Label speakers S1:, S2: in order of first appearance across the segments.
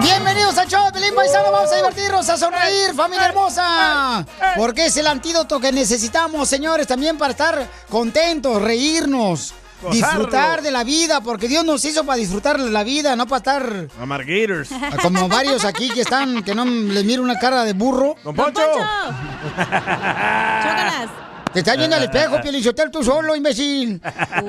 S1: Bienvenidos al show, Pelín Paisano. Vamos a divertirnos, a sonreír, familia hermosa. Porque es el antídoto que necesitamos, señores, también para estar contentos, reírnos,
S2: Gozarlo.
S1: disfrutar de la vida. Porque Dios nos hizo para disfrutar de la vida, no para estar
S2: Amargators.
S1: Ah, como varios aquí que están, que no les miro una cara de burro.
S2: ¡Don Poncho!
S1: Te estás viendo al espejo, Pielichotel, tú solo, imbécil.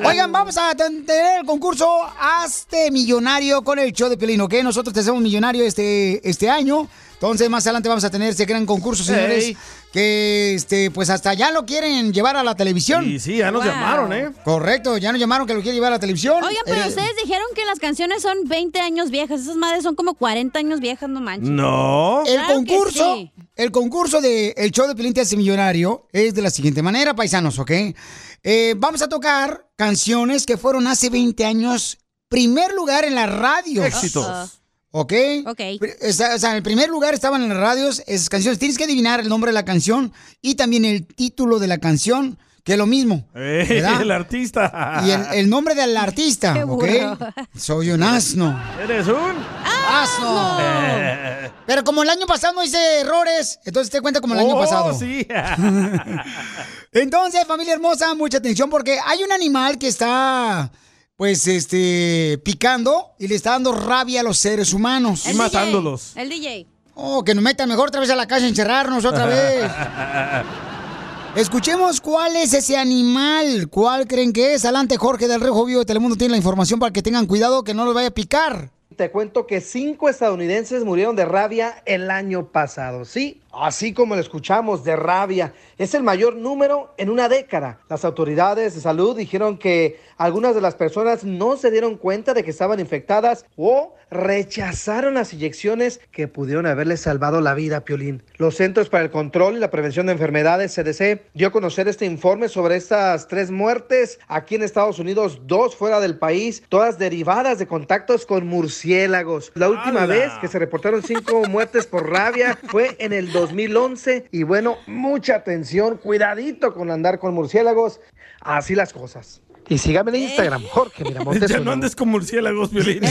S1: Oigan, vamos a ten- tener el concurso Hazte Millonario con el show de Piolín, ¿ok? Nosotros te hacemos millonario este, este año. Entonces, más adelante vamos a tener ese gran concurso, señores.
S2: Ey.
S1: Que, este, pues hasta ya lo quieren llevar a la televisión.
S2: Y sí, ya nos Wow. llamaron, ¿eh?
S1: Correcto, ya nos llamaron que lo quieren llevar a la televisión.
S3: Oigan, pero
S1: Eh,
S3: ustedes dijeron que las canciones son 20 años viejas. Esas madres son como 40 años viejas, no manches.
S1: El
S3: Claro que
S1: concurso,
S3: sí.
S1: el concurso de El Show de Pelín te hace millonario es de la siguiente manera, paisanos, ¿ok? Eh, vamos a tocar canciones que fueron hace 20 años primer lugar en las radios.
S2: Éxitos. Uh-oh.
S1: ¿Ok? Pri- O sea, o sea, en el primer lugar estaban en las radios esas canciones. Tienes que adivinar el nombre de la canción y también el título de la canción, que es lo mismo.
S2: Eh,
S1: ¿verdad?
S2: el artista.
S1: Y el, el nombre del artista, ¿ok?
S2: burro.
S1: Soy un asno.
S2: ¿Eres un?
S1: ¡Asno! Pero como el año pasado no hice errores, entonces te cuenta como el año
S2: Oh,
S1: pasado.
S2: sí.
S1: Entonces, familia hermosa, mucha atención porque hay un animal que está, pues, este, picando y le está dando rabia a los seres humanos.
S3: El DJ, El DJ.
S1: Oh, que nos metan mejor otra vez a la casa a encerrarnos otra vez. Escuchemos cuál es ese animal, cuál creen que es. Adelante, Jorge del Rejo Vivo de Telemundo tiene la información para que tengan cuidado que no los vaya a picar.
S4: Te cuento que cinco estadounidenses murieron de rabia el año pasado, ¿sí? Así como lo escuchamos, de rabia. Es el mayor número en una década. Las autoridades de salud dijeron que algunas de las personas no se dieron cuenta de que estaban infectadas o rechazaron las inyecciones que pudieron haberles salvado la vida, Piolín. Los Centros para el Control y la Prevención de Enfermedades, CDC, dio a conocer este informe sobre estas tres muertes aquí en Estados Unidos, dos fuera del país, todas derivadas de contactos con murciélagos. La última
S5: ¡Hala!
S4: vez que se reportaron cinco muertes por rabia fue en el 2011 y bueno, mucha atención, cuidadito con andar con murciélagos, así las cosas. Y sígame en Instagram, Jorge Miramontes.
S2: Ya no andes con murciélagos, Violín.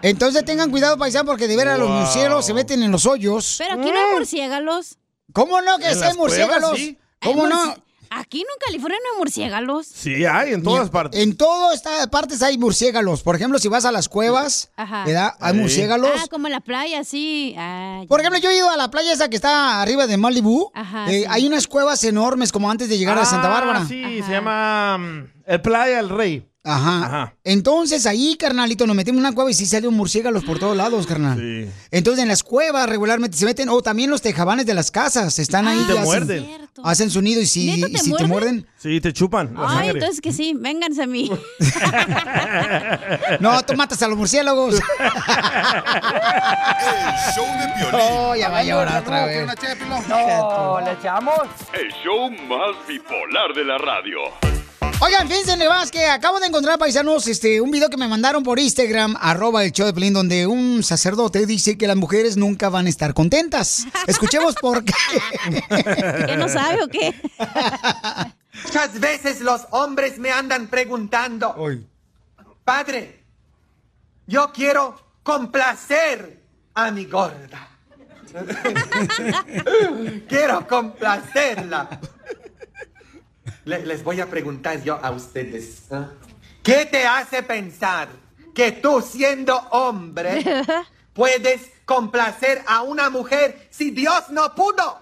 S1: Entonces tengan cuidado, paisano, porque de ver a los
S2: Wow.
S1: murciélagos se meten en los hoyos.
S3: Pero aquí no hay
S1: Mm.
S3: murciélagos.
S1: ¿Cómo no que
S2: En
S1: sí
S2: las
S1: hay murciélagos?
S2: cuevas, sí.
S1: ¿Cómo
S3: Hay
S1: no?
S3: murci- Aquí no en California no hay murciélagos.
S2: Sí, hay en todas
S1: Ni-
S2: partes.
S1: En todas estas partes hay murciélagos. Por ejemplo, si vas a las cuevas,
S3: Ajá.
S1: ¿verdad? Hay murciélagos.
S3: Ah, como en la playa, sí. Ah, ya.
S1: Por ejemplo, yo he ido a la playa esa que está arriba de Malibu.
S3: Ajá,
S1: Eh,
S3: sí.
S1: Hay unas cuevas enormes como antes de llegar a Santa
S2: Ah,
S1: Bárbara.
S2: Sí, se llama mm, El Playa del Rey.
S1: Ajá. Entonces ahí, carnalito, nos metimos en una cueva y sí salieron murciélagos por todos lados, carnal. Entonces en las cuevas regularmente se meten, o también los tejabanes de las casas, están ahí.
S2: Y Ah, te
S1: hacen-
S2: muerden.
S1: Hacen su nido y si,
S3: ¿Neta te
S1: y si te
S3: muerden?
S1: muerden,
S2: Sí, te chupan la
S3: Ay,
S2: sangre.
S3: entonces que sí, vénganse a mí.
S1: no, tú matas a los murciélagos. Oh, ya va a llorar otra vez. No, le echamos.
S6: El show más bipolar de la radio.
S1: Oigan, fíjense nomás que acabo de encontrar, paisanos, este, un video que me mandaron por Instagram, arroba el show de Pelín, donde un sacerdote dice que las mujeres nunca van a estar contentas. Escuchemos por qué.
S3: ¿Qué no sabe o qué?
S7: Muchas veces los hombres me andan preguntando, padre, yo quiero complacer a mi gorda. quiero complacerla. le- les voy a preguntar yo a ustedes. ¿ah? ¿Qué te hace pensar que tú siendo hombre puedes complacer a una mujer si Dios no pudo?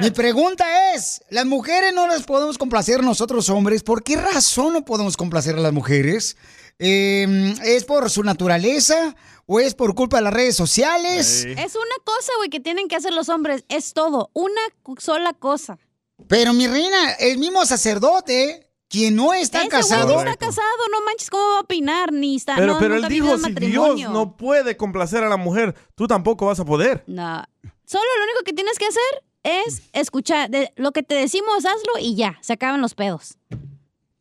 S1: Mi pregunta es, ¿las mujeres no las podemos complacer nosotros hombres? ¿Por qué razón no podemos complacer a las mujeres? Eh, ¿Es por su naturaleza o es por culpa de las redes sociales?
S3: Es una cosa, güey, que tienen que hacer los hombres. Es todo. Una cu- sola cosa.
S1: Pero mi reina, el mismo sacerdote, quien no está
S3: Ese güey
S1: casado...
S3: no está casado, no manches, ¿cómo va a opinar? Ni está.
S2: Pero,
S3: no,
S2: pero
S3: nunca
S2: él
S3: ha vivido
S2: dijo,
S3: en
S2: si Dios
S3: matrimonio.
S2: no puede complacer a la mujer, tú tampoco vas a poder.
S3: No. Solo lo único que tienes que hacer es escuchar. De- lo que te decimos, hazlo y ya. Se acaban los pedos.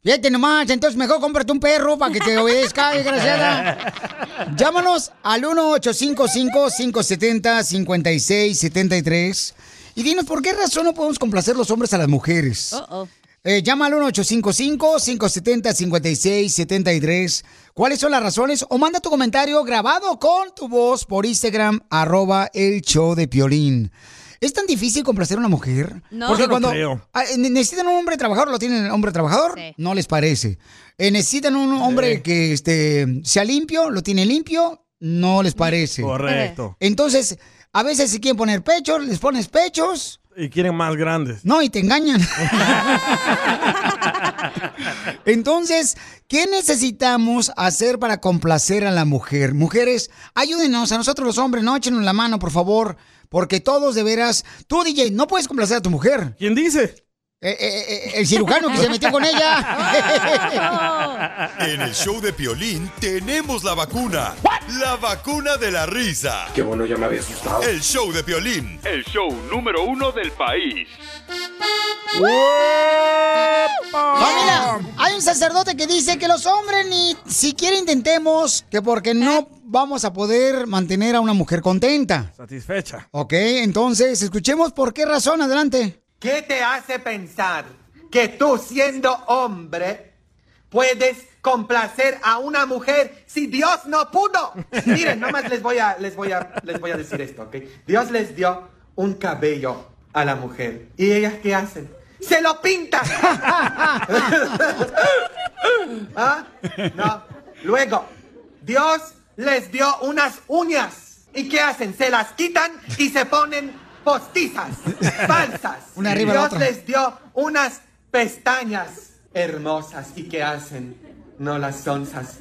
S1: Fíjate nomás, entonces mejor cómprate un perro para que te obedezca, desgraciada. Llámanos al 1-855-570-5673 y dinos por qué razón no podemos complacer los hombres a las mujeres.
S3: Oh, oh.
S1: Eh, llama al 1-855-570-5673. ¿Cuáles son las razones? O manda tu comentario grabado con tu voz por Instagram, arroba el show de Piolín. ¿Es tan difícil complacer a una mujer?
S3: No.
S1: Porque
S3: Yo no
S1: cuando
S2: creo.
S1: ah, eh, ne- necesitan un hombre trabajador, lo tienen el hombre trabajador,
S3: Sí.
S1: no les parece. Eh, necesitan un hombre que este, sea limpio, lo tiene limpio, no les parece.
S2: Correcto.
S1: Entonces, a veces si quieren poner pechos, les pones pechos.
S2: Y quieren más grandes.
S1: No, y te engañan. Entonces, ¿qué necesitamos hacer para complacer a la mujer? Mujeres, ayúdenos a nosotros los hombres, no échenos la mano, por favor, porque todos de veras, tú DJ, no puedes complacer a tu mujer.
S2: ¿Quién dice?
S1: Eh, eh, eh, el cirujano que se metió con ella.
S5: En el show de Piolín tenemos la vacuna. La vacuna de la risa. Qué bueno, ya me había asustado. El show de Piolín.
S6: El show número uno del país.
S1: No, mira, hay un sacerdote que dice que los hombres ni siquiera intentemos, que porque no vamos a poder mantener a una mujer contenta.
S2: Satisfecha.
S1: Ok, entonces, escuchemos por qué razón, adelante.
S7: ¿Qué te hace pensar que tú siendo hombre puedes complacer a una mujer si Dios no pudo? Miren, nomás les voy a, les voy a, les voy a decir esto, ¿ok? Dios les dio un cabello a la mujer. ¿Y ellas qué hacen? ¡Se lo pintan! ¿Ah? No. Luego, Dios les dio unas uñas. ¿Y qué hacen? Se las quitan y se ponen postizas, falsas.
S1: Una arriba de la
S7: Dios
S1: otra.
S7: les dio unas pestañas hermosas. ¿Y qué hacen? No las sonzas.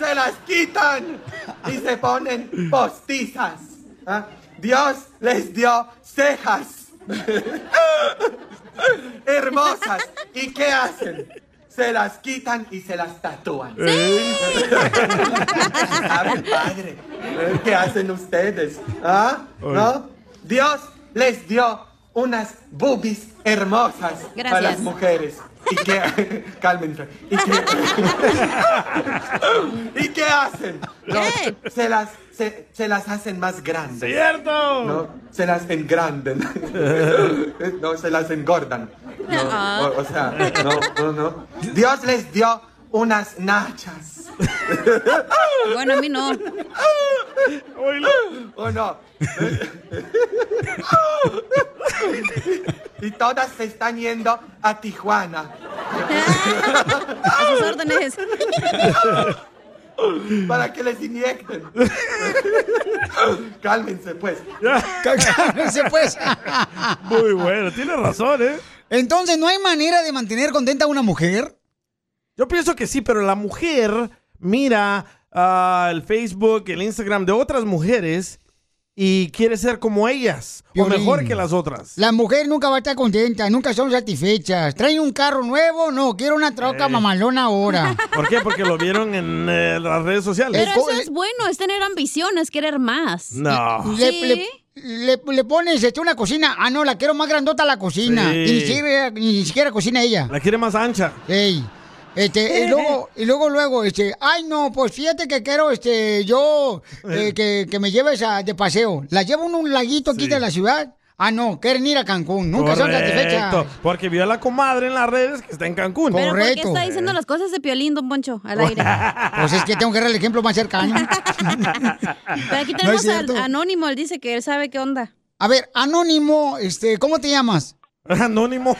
S7: se las quitan y se ponen postizas. ¿Ah? Dios les dio cejas hermosas. ¿Y qué hacen? Se las quitan y se las tatúan. ¿Saben, padre? ¿eh? ¿Qué hacen ustedes? ¿Ah? ¿No? Dios les dio unas boobies hermosas a
S3: Gracias.
S7: las mujeres. ¿Y qué? Cálmense. ¿Y qué, ¿Y qué hacen? No,
S3: ¿Qué?
S7: se, las, se, se las hacen más grandes.
S2: ¡Cierto!
S7: No, se las engranden. no, se las engordan. No,
S3: Ah.
S7: o, o sea, no, no, no. Dios les dio unas nachas.
S3: Bueno, a mí no.
S7: ¿O no? y todas se están yendo a Tijuana.
S3: A sus órdenes.
S7: Para que les inyecten. Cálmense, pues.
S1: Cálmense, pues.
S2: Muy bueno, tienes razón, ¿eh?
S1: Entonces, ¿no hay manera de mantener contenta a una mujer?
S2: Yo pienso que sí, pero la mujer mira ah, el Facebook, el Instagram de otras mujeres y quiere ser como ellas, o
S1: Piolín.
S2: mejor que las otras.
S1: La mujer nunca va a estar contenta, nunca son satisfechas. Traen un carro nuevo, no, quiero una troca mamalona ahora.
S2: ¿Por qué? Porque lo vieron en eh, las redes sociales.
S3: Pero
S1: co-
S3: eso es bueno, es tener ambición, es querer más.
S2: No.
S1: Le,
S3: Sí.
S1: le- le- le pones este, una cocina, ah, no, la quiero más grandota la cocina.
S2: Sí.
S1: Y ni siquiera, ni siquiera cocina ella.
S2: La quiere más ancha.
S1: Ey, Este, y luego, y luego, luego, este, ay no, pues fíjate que quiero, este, yo, eh, que, que me lleves a- de paseo. La llevo a un laguito aquí
S2: Sí.
S1: de la ciudad. Ah, no, quieren ir a Cancún, nunca son satisfechas.
S2: Correcto, Porque vio a la comadre en las redes que está en Cancún.
S3: Pero ¿por qué
S1: correcto.
S3: está diciendo las cosas de Piolín, Don Poncho, al aire?
S1: Pues es que tengo que dar el ejemplo más cercano.
S3: Pero aquí
S1: No es
S3: tenemos al
S1: cierto.
S3: Anónimo, él dice que él sabe qué onda.
S1: A ver, Anónimo, este, ¿cómo te llamas?
S2: Anónimo.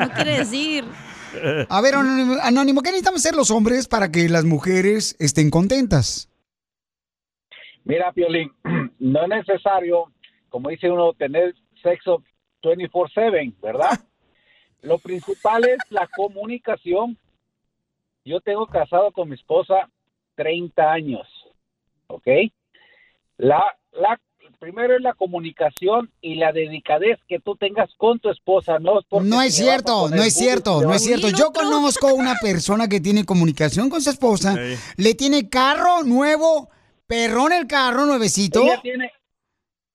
S3: No quiere decir.
S1: A ver, Anónimo, Anónimo, ¿qué necesitamos ser los hombres para que las mujeres estén contentas?
S8: Mira, Piolín, no es necesario, como dice uno, tener sexo 24/7, ¿verdad?
S1: Ah.
S8: Lo principal es la comunicación. Yo tengo casado con mi esposa 30 años, ¿ok? La, la, primero es la comunicación y la dedicadez que tú tengas con tu esposa, no es porque
S1: No es
S8: te vas a
S1: cierto,
S8: poner
S1: no es
S8: bullying,
S1: cierto,
S8: te
S1: no
S8: vas-
S1: es cierto. Yo conozco una persona que tiene comunicación con su esposa, le tiene carro nuevo, perrón el carro nuevecito.
S8: Ella tiene-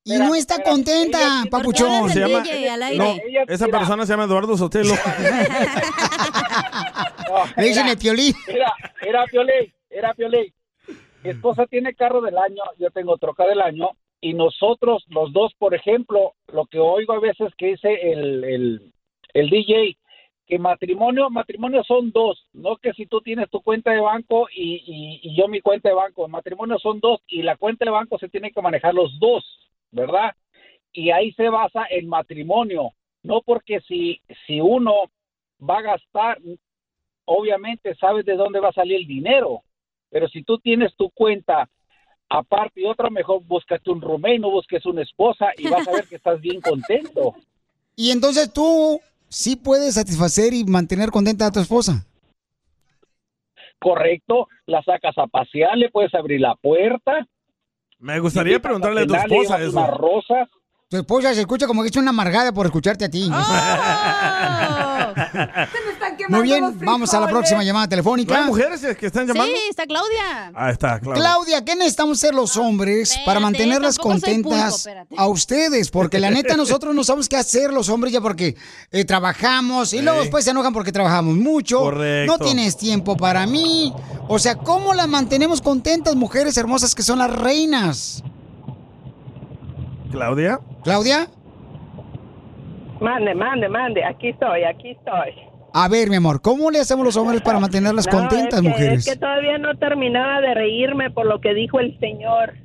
S1: Y no está contenta, papuchón.
S2: Se llama- No, esa persona se llama Eduardo Sotelo.
S1: Le dicen el Piolín.
S8: Era, era Piolín, era Piolín. Mi esposa tiene carro del año, yo tengo troca del año, y nosotros los dos, por ejemplo, lo que oigo a veces que dice el, el, el DJ, que matrimonio, matrimonio son dos, no que si tú tienes tu cuenta de banco y, y- y yo mi cuenta de banco, matrimonio son dos y la cuenta de banco se tiene que manejar los dos, ¿verdad? Y ahí se basa el matrimonio, no porque si, si uno va a gastar, obviamente sabes de dónde va a salir el dinero, pero si tú tienes tu cuenta aparte y otra, mejor búscate un roommate, no busques una esposa y vas a ver que estás bien contento.
S1: Y entonces tú sí puedes satisfacer y mantener contenta a tu esposa.
S8: correcto, la sacas a pasear, le puedes abrir la puerta.
S2: Me gustaría preguntarle a tu esposa
S8: Unas
S2: eso.
S8: rosas.
S1: Tu esposa se escucha como que es una amargada por escucharte a ti.
S2: Ah,
S1: Muy bien, vamos a la próxima llamada telefónica.
S2: ¿No hay mujeres que están
S3: Sí, está Claudia.
S2: Ah, está, claro.
S1: Claudia, ¿qué necesitamos ser los hombres para mantenerlas
S3: tampoco soy pulpo,
S1: contentas
S3: espérate.
S1: a ustedes? Porque la neta nosotros no sabemos qué hacer los hombres ya porque eh, trabajamos y luego después se enojan porque trabajamos mucho.
S2: Correcto.
S1: No tienes tiempo para mí. O sea, ¿cómo las mantenemos contentas, mujeres hermosas que son las reinas?
S2: ¿Claudia?
S1: Claudia,
S9: Mande, mande, mande. Aquí estoy, aquí estoy.
S1: a ver, mi amor, ¿cómo le hacemos los hombres para mantenerlas
S9: No,
S1: contentas,
S9: es que,
S1: mujeres?
S9: Es que todavía no terminaba de reírme por lo que dijo el señor.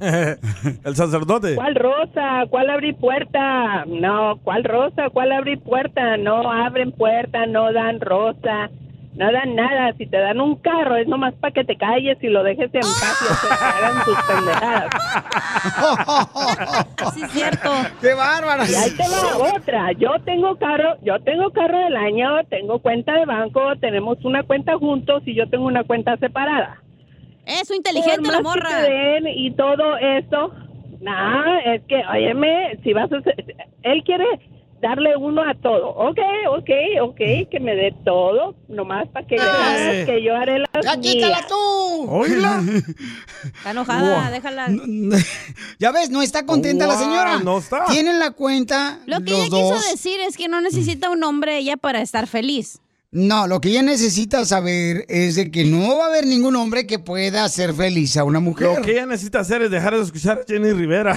S2: el sacerdote.
S9: ¿Cuál rosa? ¿Cuál abrir puerta? No, ¿cuál rosa? ¿Cuál abrir puerta? No abren puerta, no dan rosa, no dan nada. Si te dan un carro es nomás para que te calles y lo dejes en paz y o sea, que hagan sus pendejadas.
S3: Sí, es cierto.
S1: ¡Qué bárbara!
S9: Y ahí te va otra. Yo tengo carro, yo tengo carro del año, tengo cuenta de banco, tenemos una cuenta juntos y yo tengo una cuenta separada.
S3: Es inteligente
S9: Por
S3: la
S9: más que
S3: morra.
S9: te den y todo eso, nada, eh. es que, óyeme, si vas a hacer- él quiere darle uno a todo. Ok, ok, ok, que me dé todo, nomás para que,
S1: Ah.
S9: que yo haré las
S1: ¡Ya quítala
S9: mías.
S1: tú!
S2: Oíla.
S3: Está enojada,
S1: Wow.
S3: déjala.
S1: ya ves, no está contenta la
S2: Wow,
S1: señora.
S2: no está.
S1: Tienen la cuenta
S3: Lo que
S1: los
S3: ella
S1: dos.
S3: quiso decir es que no necesita un hombre ella para estar feliz.
S1: No, lo que ella necesita saber es de que no va a haber ningún hombre que pueda hacer feliz a una mujer.
S2: Lo que ella necesita hacer es dejar de escuchar a Jenny Rivera.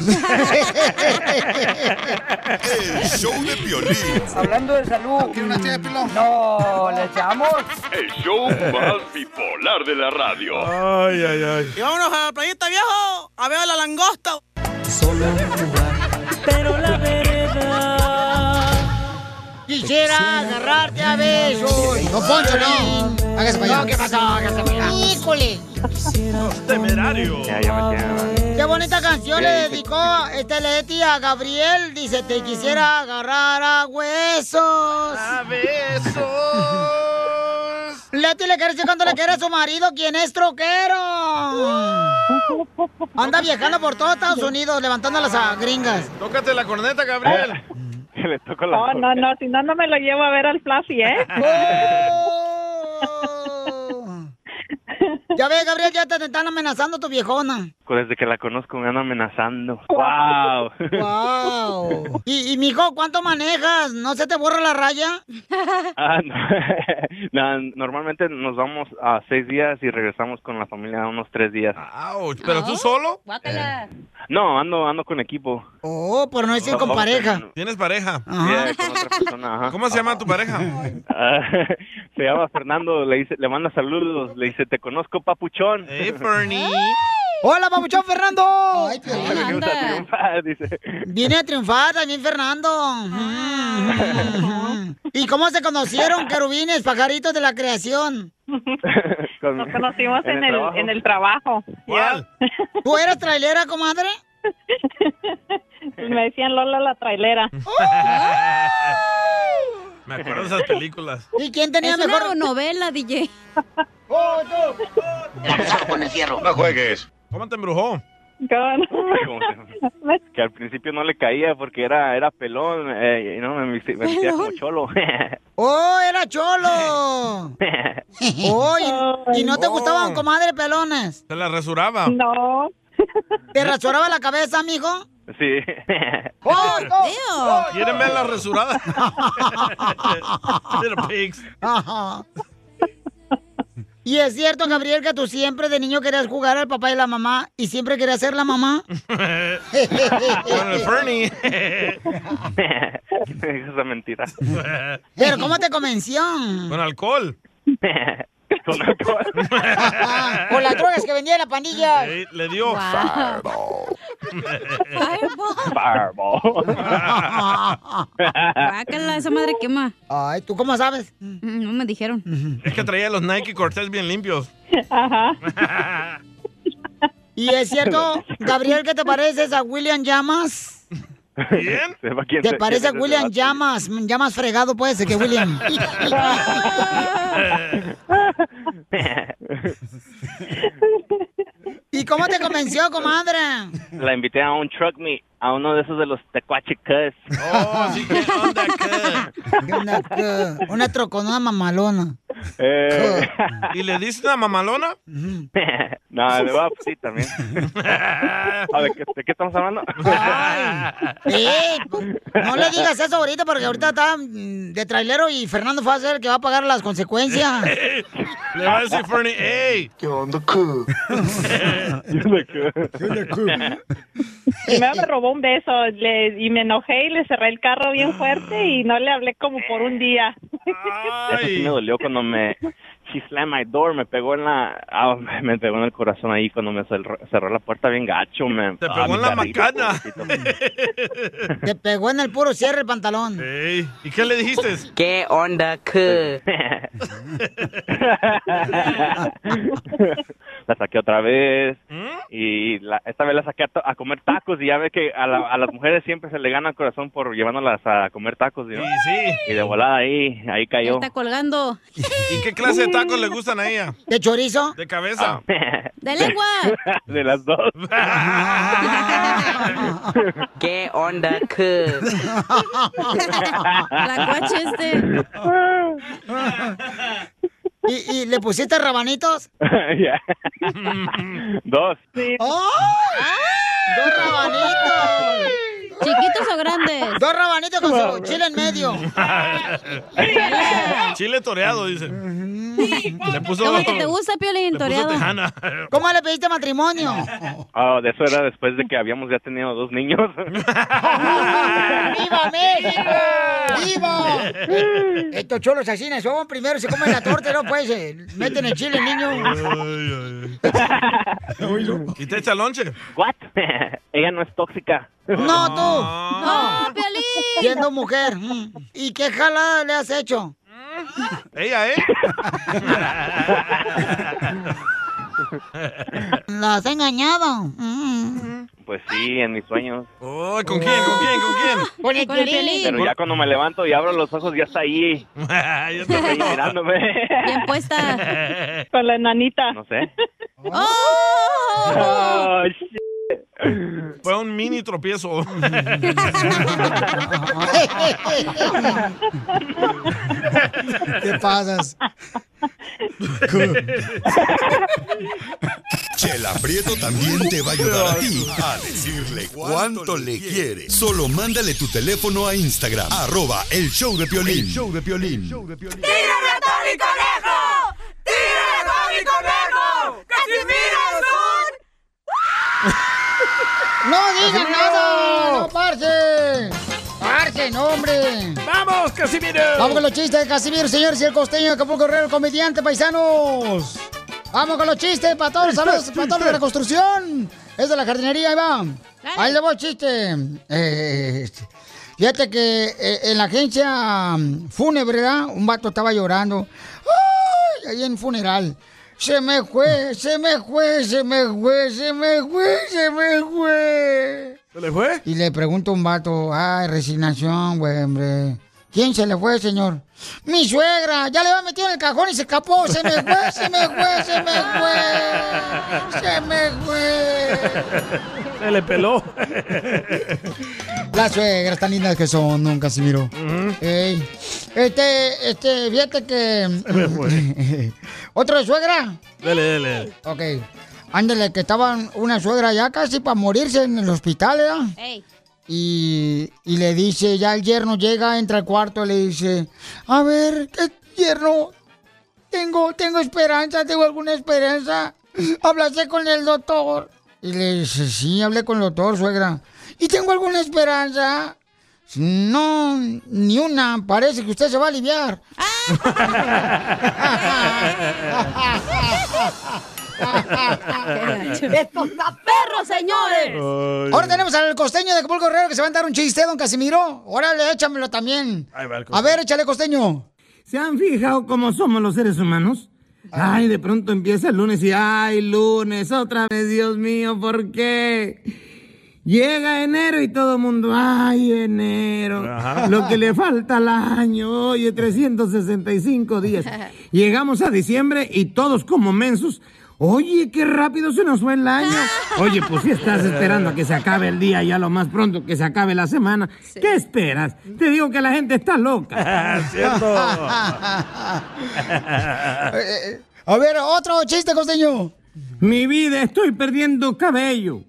S10: El show de Piolín.
S11: Hablando de salud. una No, le echamos.
S6: El show más bipolar de la radio.
S2: ay, ay, ay.
S7: Y vámonos a la playita, viejo, a ver la langosta.
S11: Solo
S7: Pero la verdad.
S11: Quisiera agarrarte a besos.
S1: No, Poncho, no. Hágase para allá.
S11: No, ¿qué pasó? Hágase para allá.
S1: Híjole.
S2: Temerario.
S11: Qué bonita canción le
S2: Bien.
S11: dedicó este Leti a Gabriel. Dice, te quisiera agarrar a huesos. A besos. Leti le quiere decir cuando le quiere a su marido, quien es troquero. Anda viajando por todo Estados Unidos, levantando a las ah, gringas.
S2: Tócate la corneta, Gabriel.
S12: Le toco la
S9: Oh, No, no, no, si no, no me lo llevo a ver al Fluffy, ¿eh?
S11: Ya ve, Gabriel, ya te están amenazando tu viejona.
S12: Desde que la conozco me ando amenazando. ¡Wow!
S11: ¡Wow! Y, y mijo, ¿cuánto manejas? ¿No se te borra la raya?
S12: Ah, no. No, normalmente nos vamos a seis días y regresamos con la familia a unos tres días.
S11: Ah.
S2: ¿Pero tú solo?
S12: No, ando ando con equipo.
S11: Oh, pero no es ir con
S12: Oh,
S11: pareja.
S2: ¿Tienes pareja?
S12: Yeah, con otra persona, ajá.
S2: ¿Cómo se llama tu pareja?
S12: Ah, se llama Fernando, le dice, le manda saludos, le dice, te conozco, papuchón.
S2: Hey, Fernie.
S11: ¡Hola, papuchón Fernando! ¡Ay,
S12: Le gusta triunfar, dice.
S11: Viene a triunfar también Fernando. Mm. ¿Y cómo se conocieron, querubines, pajaritos de la creación?
S12: Con-
S9: Nos conocimos en,
S12: en el
S9: el,
S12: trabajo.
S9: en el trabajo.
S11: ¿Tú eras trailera, comadre?
S9: Me decían Lola la trailera.
S2: Me acuerdo de esas películas.
S11: ¿Y quién tenía
S3: es mejor? Una novela, DJ.
S2: Con el fierro. No juegues. ¿Cómo te embrujó?
S12: Que al principio no le caía porque era, era pelón eh, y no me, vesti- me vestía como
S11: ¿Pelón?
S12: cholo.
S11: ¡Oh, era cholo! ¡Oh, y, y no te
S2: Oh.
S11: gustaban, comadre, pelones!
S2: Se la resuraba.
S11: No. ¿Te rasuraba la cabeza, mijo?
S12: Sí.
S11: ¡Oh, no!
S2: ¿Quieren ver la resurada? Little pigs.
S11: Ajá. ¿Y es cierto, Gabriel, que tú siempre de niño querías jugar al papá y la mamá y siempre querías ser la mamá?
S2: Con el Fernie.
S12: Esa mentira.
S11: ¿Pero cómo te convenció?
S2: Con alcohol.
S12: Con alcohol.
S11: Con las drogas que vendía la pandilla.
S2: Eh, Le dio.
S3: Bácala, Ah, esa madre quema. Mm,
S11: Ay, ¿tú cómo sabes?
S3: No me dijeron.
S2: Es que traía los Nike Cortez bien limpios.
S3: Ajá.
S11: ¿Y es cierto, Gabriel, que te pareces a William Llamas?
S12: ¿Quién?
S11: ¿Te parece a William Llamas? Llamas fregado puede ser que William. ¿Y cómo te convenció, comadre?
S12: La invité a un truck meet, a uno de esos de los tecuache cuts.
S11: Una, una troconada mamalona.
S12: Eh,
S2: ¿Y le dices una mamalona?
S12: no, le voy a sí también. A ver, ¿qué- ¿de qué estamos hablando?
S11: Ey, no le digas eso ahorita porque ahorita está mm, de trailero y Fernando fue a ser el que va a pagar las consecuencias.
S2: Le va a decir Fernie, ¡ey!
S7: ¿Qué onda, cu?
S9: Primero me robó un beso le- y me enojé y le cerré el carro bien fuerte y no le hablé como por un día.
S12: Eso sí me dolió cuando me... She slammed my door, me pegó en la... ah, me pegó en el corazón ahí cuando me cerró, cerró la puerta bien gacho, me... ah, Te
S2: pegó en la macana.
S11: Te pegó en el puro cierre el pantalón.
S2: ¿Y qué le dijiste?
S11: ¿Qué onda,
S12: la saqué otra vez
S2: ¿Mm?
S12: y la- esta vez la saqué a, to- a comer tacos y ya ve que a, la- a las mujeres siempre se le gana el corazón por llevándolas a comer tacos y, y de volada ahí ahí cayó
S3: Está colgando.
S2: ¿Y qué clase de tacos le gustan a ella?
S11: ¿De chorizo?
S2: ¿De cabeza?
S11: Ah.
S3: ¡De lengua!
S12: de las dos
S7: ¿Qué onda,
S11: La
S7: coche
S11: este. ¿Y, y le pusiste rabanitos?
S12: Ya. dos
S11: ¡Oh! ¡Dos rabanitos!
S3: ¿Chiquitos o grandes?
S11: Dos rabanitos con su chile en medio.
S2: Chile toreado, dice. Le puso...
S3: ¿Cómo que te gusta, Piolín,
S2: Le puso
S3: toreado?
S2: tejana.
S11: ¿Cómo le pediste matrimonio?
S12: Ah, de eso era después de que habíamos ya tenido dos niños
S11: ¡Viva México! ¡Viva! Estos cholos asesinos son primero, se comen la torta, no pues, eh, meten el chile, niño.
S2: ¿Y te echa lonche?
S12: what ella no es tóxica
S11: No, tú. No,
S2: Ah,
S11: Piolín. Siendo mujer. mm. ¿Y qué jalada le has hecho?
S2: Ella, ¿eh?
S11: ¿La has engañado? Mm.
S12: pues sí en mis sueños
S2: Oh, ¿Con quién? ¿Con quién? ¿Con quién?
S11: Con el Piolín.
S12: pero ya cuando me levanto y abro los ojos ya está ahí
S2: ya
S12: está ahí mirándome
S3: Bien puesta.
S9: Con la nanita.
S12: no sé
S3: ¡Oh!
S2: Fue un mini tropiezo.
S11: ¿Qué pasas?
S5: Chela Prieto también te va a ayudar a ti a decirle cuánto le quiere. Solo mándale tu teléfono a Instagram, arroba el show de Piolín. show de Piolín.
S7: ¡Tírame a Tony Conejo! ¡Tírame a Tony Conejo! ¡Casimiro es un...
S11: ¡No digan
S7: ¡Casimiro!
S11: nada! ¡No parce! ¡Parce, no, hombre!
S2: ¡Vamos, Casimiro!
S11: Vamos con los chistes de Casimiro, señores, y el costeño de Acapulco Correo, el comediante, paisanos.
S1: Vamos con los chistes para todos, saludos para todos los de la construcción. Es de la jardinería, ahí va. Ahí le voy el chiste. Eh, fíjate que eh, en la agencia mm, fúnebre, ¿verdad? un vato estaba llorando. ¡Ay! Ahí en funeral. Se me fue, se me fue, se me fue, se me fue, se me fue. ¿Se le fue? Y le pregunto a un vato, ay, resignación, güey, hombre. ¿Quién se le fue, señor? Mi suegra, ya le va metido en el cajón y se escapó. Se me fue, se me fue, se me fue, se me fue.
S2: Se le peló.
S1: Las suegras tan lindas que son, nunca se miró. Ey. Este, este, fíjate que... ¿Otro de suegra?
S2: Dele, dele.
S1: Ok. Ándale, que estaban una suegra ya casi para morirse en el hospital, ¿verdad?
S3: Ey.
S1: Y, y le dice, ya el yerno llega, entra al cuarto, le dice, a ver, ¿qué yerno? Tengo, tengo esperanza, tengo alguna esperanza. Hablaste con el doctor. Y le dice, sí, hablé con el doctor, suegra. ¿Y tengo alguna esperanza? No, ni una. Parece que usted se va a aliviar.
S12: ¡Esto está perro, señores!
S1: Ahora tenemos al costeño de Acapulco Guerrero que se va a dar un chiste, don Casimiro. Órale, échamelo también.
S12: Ahí va el
S1: A ver, échale costeño.
S13: ¿Se han fijado cómo somos los seres humanos? Ay, de pronto empieza el lunes y ay, lunes, otra vez, Dios mío, ¿por qué? Llega enero y todo el mundo, ay, enero,
S12: Ajá.
S13: lo que le falta al año, oye, 365 días. Llegamos a diciembre y todos como mensos, oye, qué rápido se nos fue el año. Oye, pues si estás esperando a que se acabe el día ya lo más pronto que se acabe la semana, ¿qué esperas? Te digo que la gente está loca.
S12: Cierto.
S1: A ver, otro chiste, costeño.
S13: Mi vida, estoy perdiendo cabello.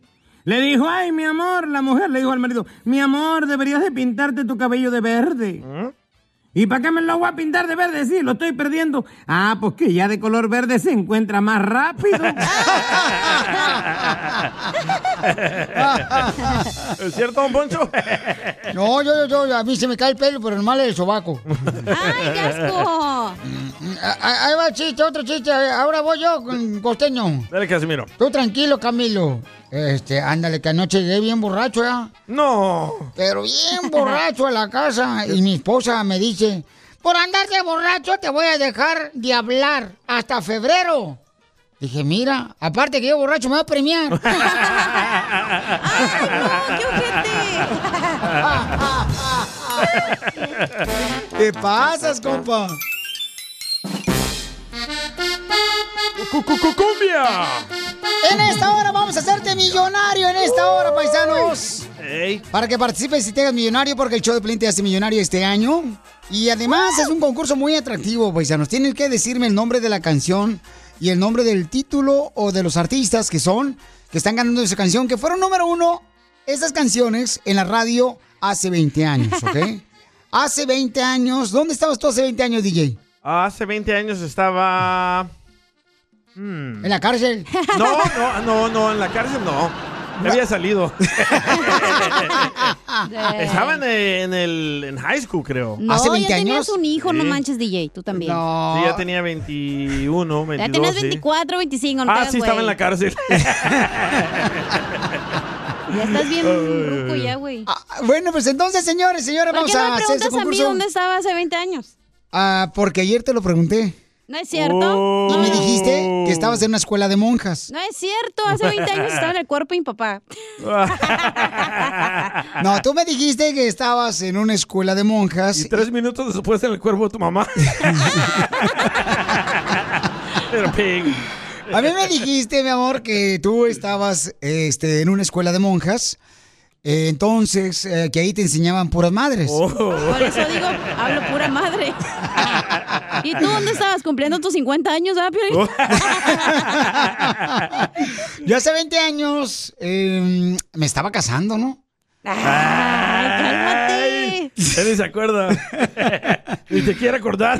S13: Le dijo, ay, mi amor, la mujer le dijo al marido, mi amor, deberías de pintarte tu cabello de verde. ¿Y para qué me lo voy a pintar de verde? Sí, lo estoy perdiendo. Ah, pues que ya de color verde se encuentra más rápido.
S2: ¿Es cierto, don Poncho?
S1: No, yo, yo, yo, a mí se me cae el pelo, pero normal es el sobaco.
S2: ¡Ay, qué asco!
S1: Ah, ah, Ahí va el chiste, otro chiste. Ahora voy yo, con costeño.
S2: Dale, Casimiro.
S1: Tú tranquilo, Camilo. Este, ándale, que anoche llegué bien borracho, ¿ya?
S2: No.
S1: Pero bien borracho a la casa. Y mi esposa me dice, por andar de borracho te voy a dejar de hablar hasta febrero. Dije, mira, aparte que yo borracho me va a premiar. ¿Qué pasas, compa?
S12: Ah.
S2: ¡Cumbia!
S1: En esta hora vamos a hacerte millonario, en esta hora, paisanos. Para que participes y te hagas millonario, porque el show de Plin te hace millonario este año. Y además es un concurso muy atractivo, paisanos. Tienen que decirme el nombre de la canción y el nombre del título o de los artistas que son, que están ganando esa canción, que fueron número uno esas canciones en la radio hace 20 años, ¿ok? hace 20 años. ¿Dónde estabas tú hace 20 años, DJ?
S2: Hace 20 años estaba... hmm.
S1: En la cárcel.
S2: No, no, no, no, en la cárcel no. Ya había salido. Ah,
S1: Ah, eh,
S2: Estaba en, el- en el en high school, creo.
S3: Eh. No, ya tenías un hijo, no
S2: Sí.
S3: manches, DJ, tú también.
S2: Sí, ya tenía 21, 22.
S3: Ya tenías
S2: sí.
S3: 24, 25, no te
S2: ah,
S3: hagas,
S2: sí, estaba
S3: güey.
S2: en la cárcel.
S3: Ya estás bien
S2: Ay,
S3: ruco
S2: ay.
S3: ya, güey.
S1: Bueno, pues entonces, señores, señores,
S3: ¿Por
S1: vamos
S3: qué no
S1: a
S3: me
S1: hacer este
S3: preguntas a mí
S1: concurso.
S3: dónde estaba hace 20 años?
S1: Ah, porque ayer te lo pregunté.
S3: ¿No es cierto?
S2: Oh.
S1: Y me dijiste que estabas en una escuela de monjas.
S3: No es cierto, hace 20 años estaba en el cuerpo de mi papá.
S1: No, tú me dijiste que estabas en una escuela de monjas.
S2: Y tres minutos después en el cuerpo de tu mamá. Pero pig.
S1: A mí me dijiste, mi amor, que tú estabas este, en una escuela de monjas. eh, entonces, eh, que ahí te enseñaban puras madres.
S2: Oh.
S3: Por eso digo, hablo pura madre. ¿Y tú dónde estabas cumpliendo tus 50 años, ah, Piolín?
S2: Oh.
S1: Yo hace 20 años eh, me estaba casando, ¿no?
S2: Ay, él ni se acuerda. ni te quiere acordar.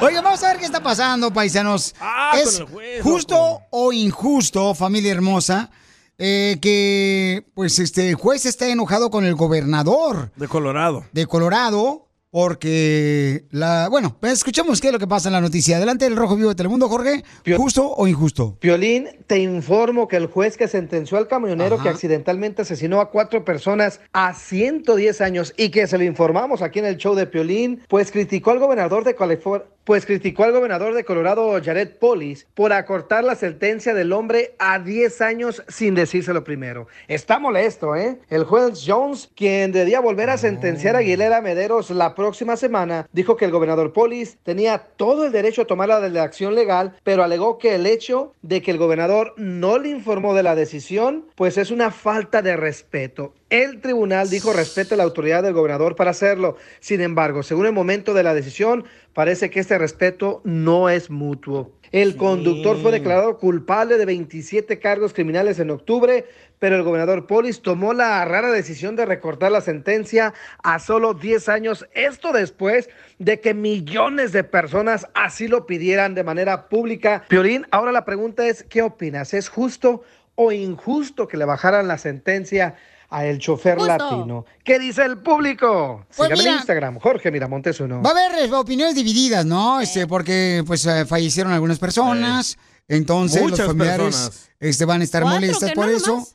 S1: Oiga, vamos a ver qué está pasando, paisanos. es
S2: Ah, con el juez,
S1: justo o injusto, familia hermosa, eh, que pues este el juez está enojado con el gobernador
S2: De Colorado.
S1: de Colorado Porque la. Bueno, pues escuchemos qué es lo que pasa en la noticia. Adelante el Rojo Vivo de Telemundo, Jorge. ¿Justo o injusto?
S4: Violín, te informo que el juez que sentenció al camionero
S1: Ajá.
S4: que accidentalmente asesinó a cuatro personas a 110 años y que se lo informamos aquí en el show de Piolín, pues criticó al gobernador de California. Pues criticó al gobernador de Colorado, Jared Polis, por acortar la sentencia del hombre a 10 años sin decírselo primero. Está molesto, ¿eh? El juez Jones, quien debía volver a sentenciar a Aguilera Mederos la próxima semana, dijo que el gobernador Polis tenía todo el derecho a tomar la de la acción legal, pero alegó que el hecho de que el gobernador no le informó de la decisión, pues es una falta de respeto. El tribunal dijo respeta la autoridad del gobernador para hacerlo. Sin embargo, según el momento de la decisión, parece que este respeto no es mutuo. El conductor fue declarado culpable de 27 cargos criminales en octubre, pero el gobernador Polis tomó la rara decisión de recortar la sentencia a solo 10 años, esto después de que millones de personas así lo pidieran de manera pública. Piorín, ahora la pregunta es, ¿qué opinas? ¿Es justo o injusto que le bajaran la sentencia a el chofer
S1: Justo.
S4: latino? ¿Qué dice el público?
S1: Pues
S4: Síganme en
S1: mira.
S4: Instagram, Jorge Miramontes uno.
S1: Va a haber eh, opiniones divididas, ¿no? Este, porque pues eh, fallecieron algunas personas. Entonces
S2: Muchas
S1: los familiares
S2: personas.
S1: este, van a estar
S2: ¿Cuatro,
S1: molestas
S2: que
S1: por
S2: nada
S1: eso.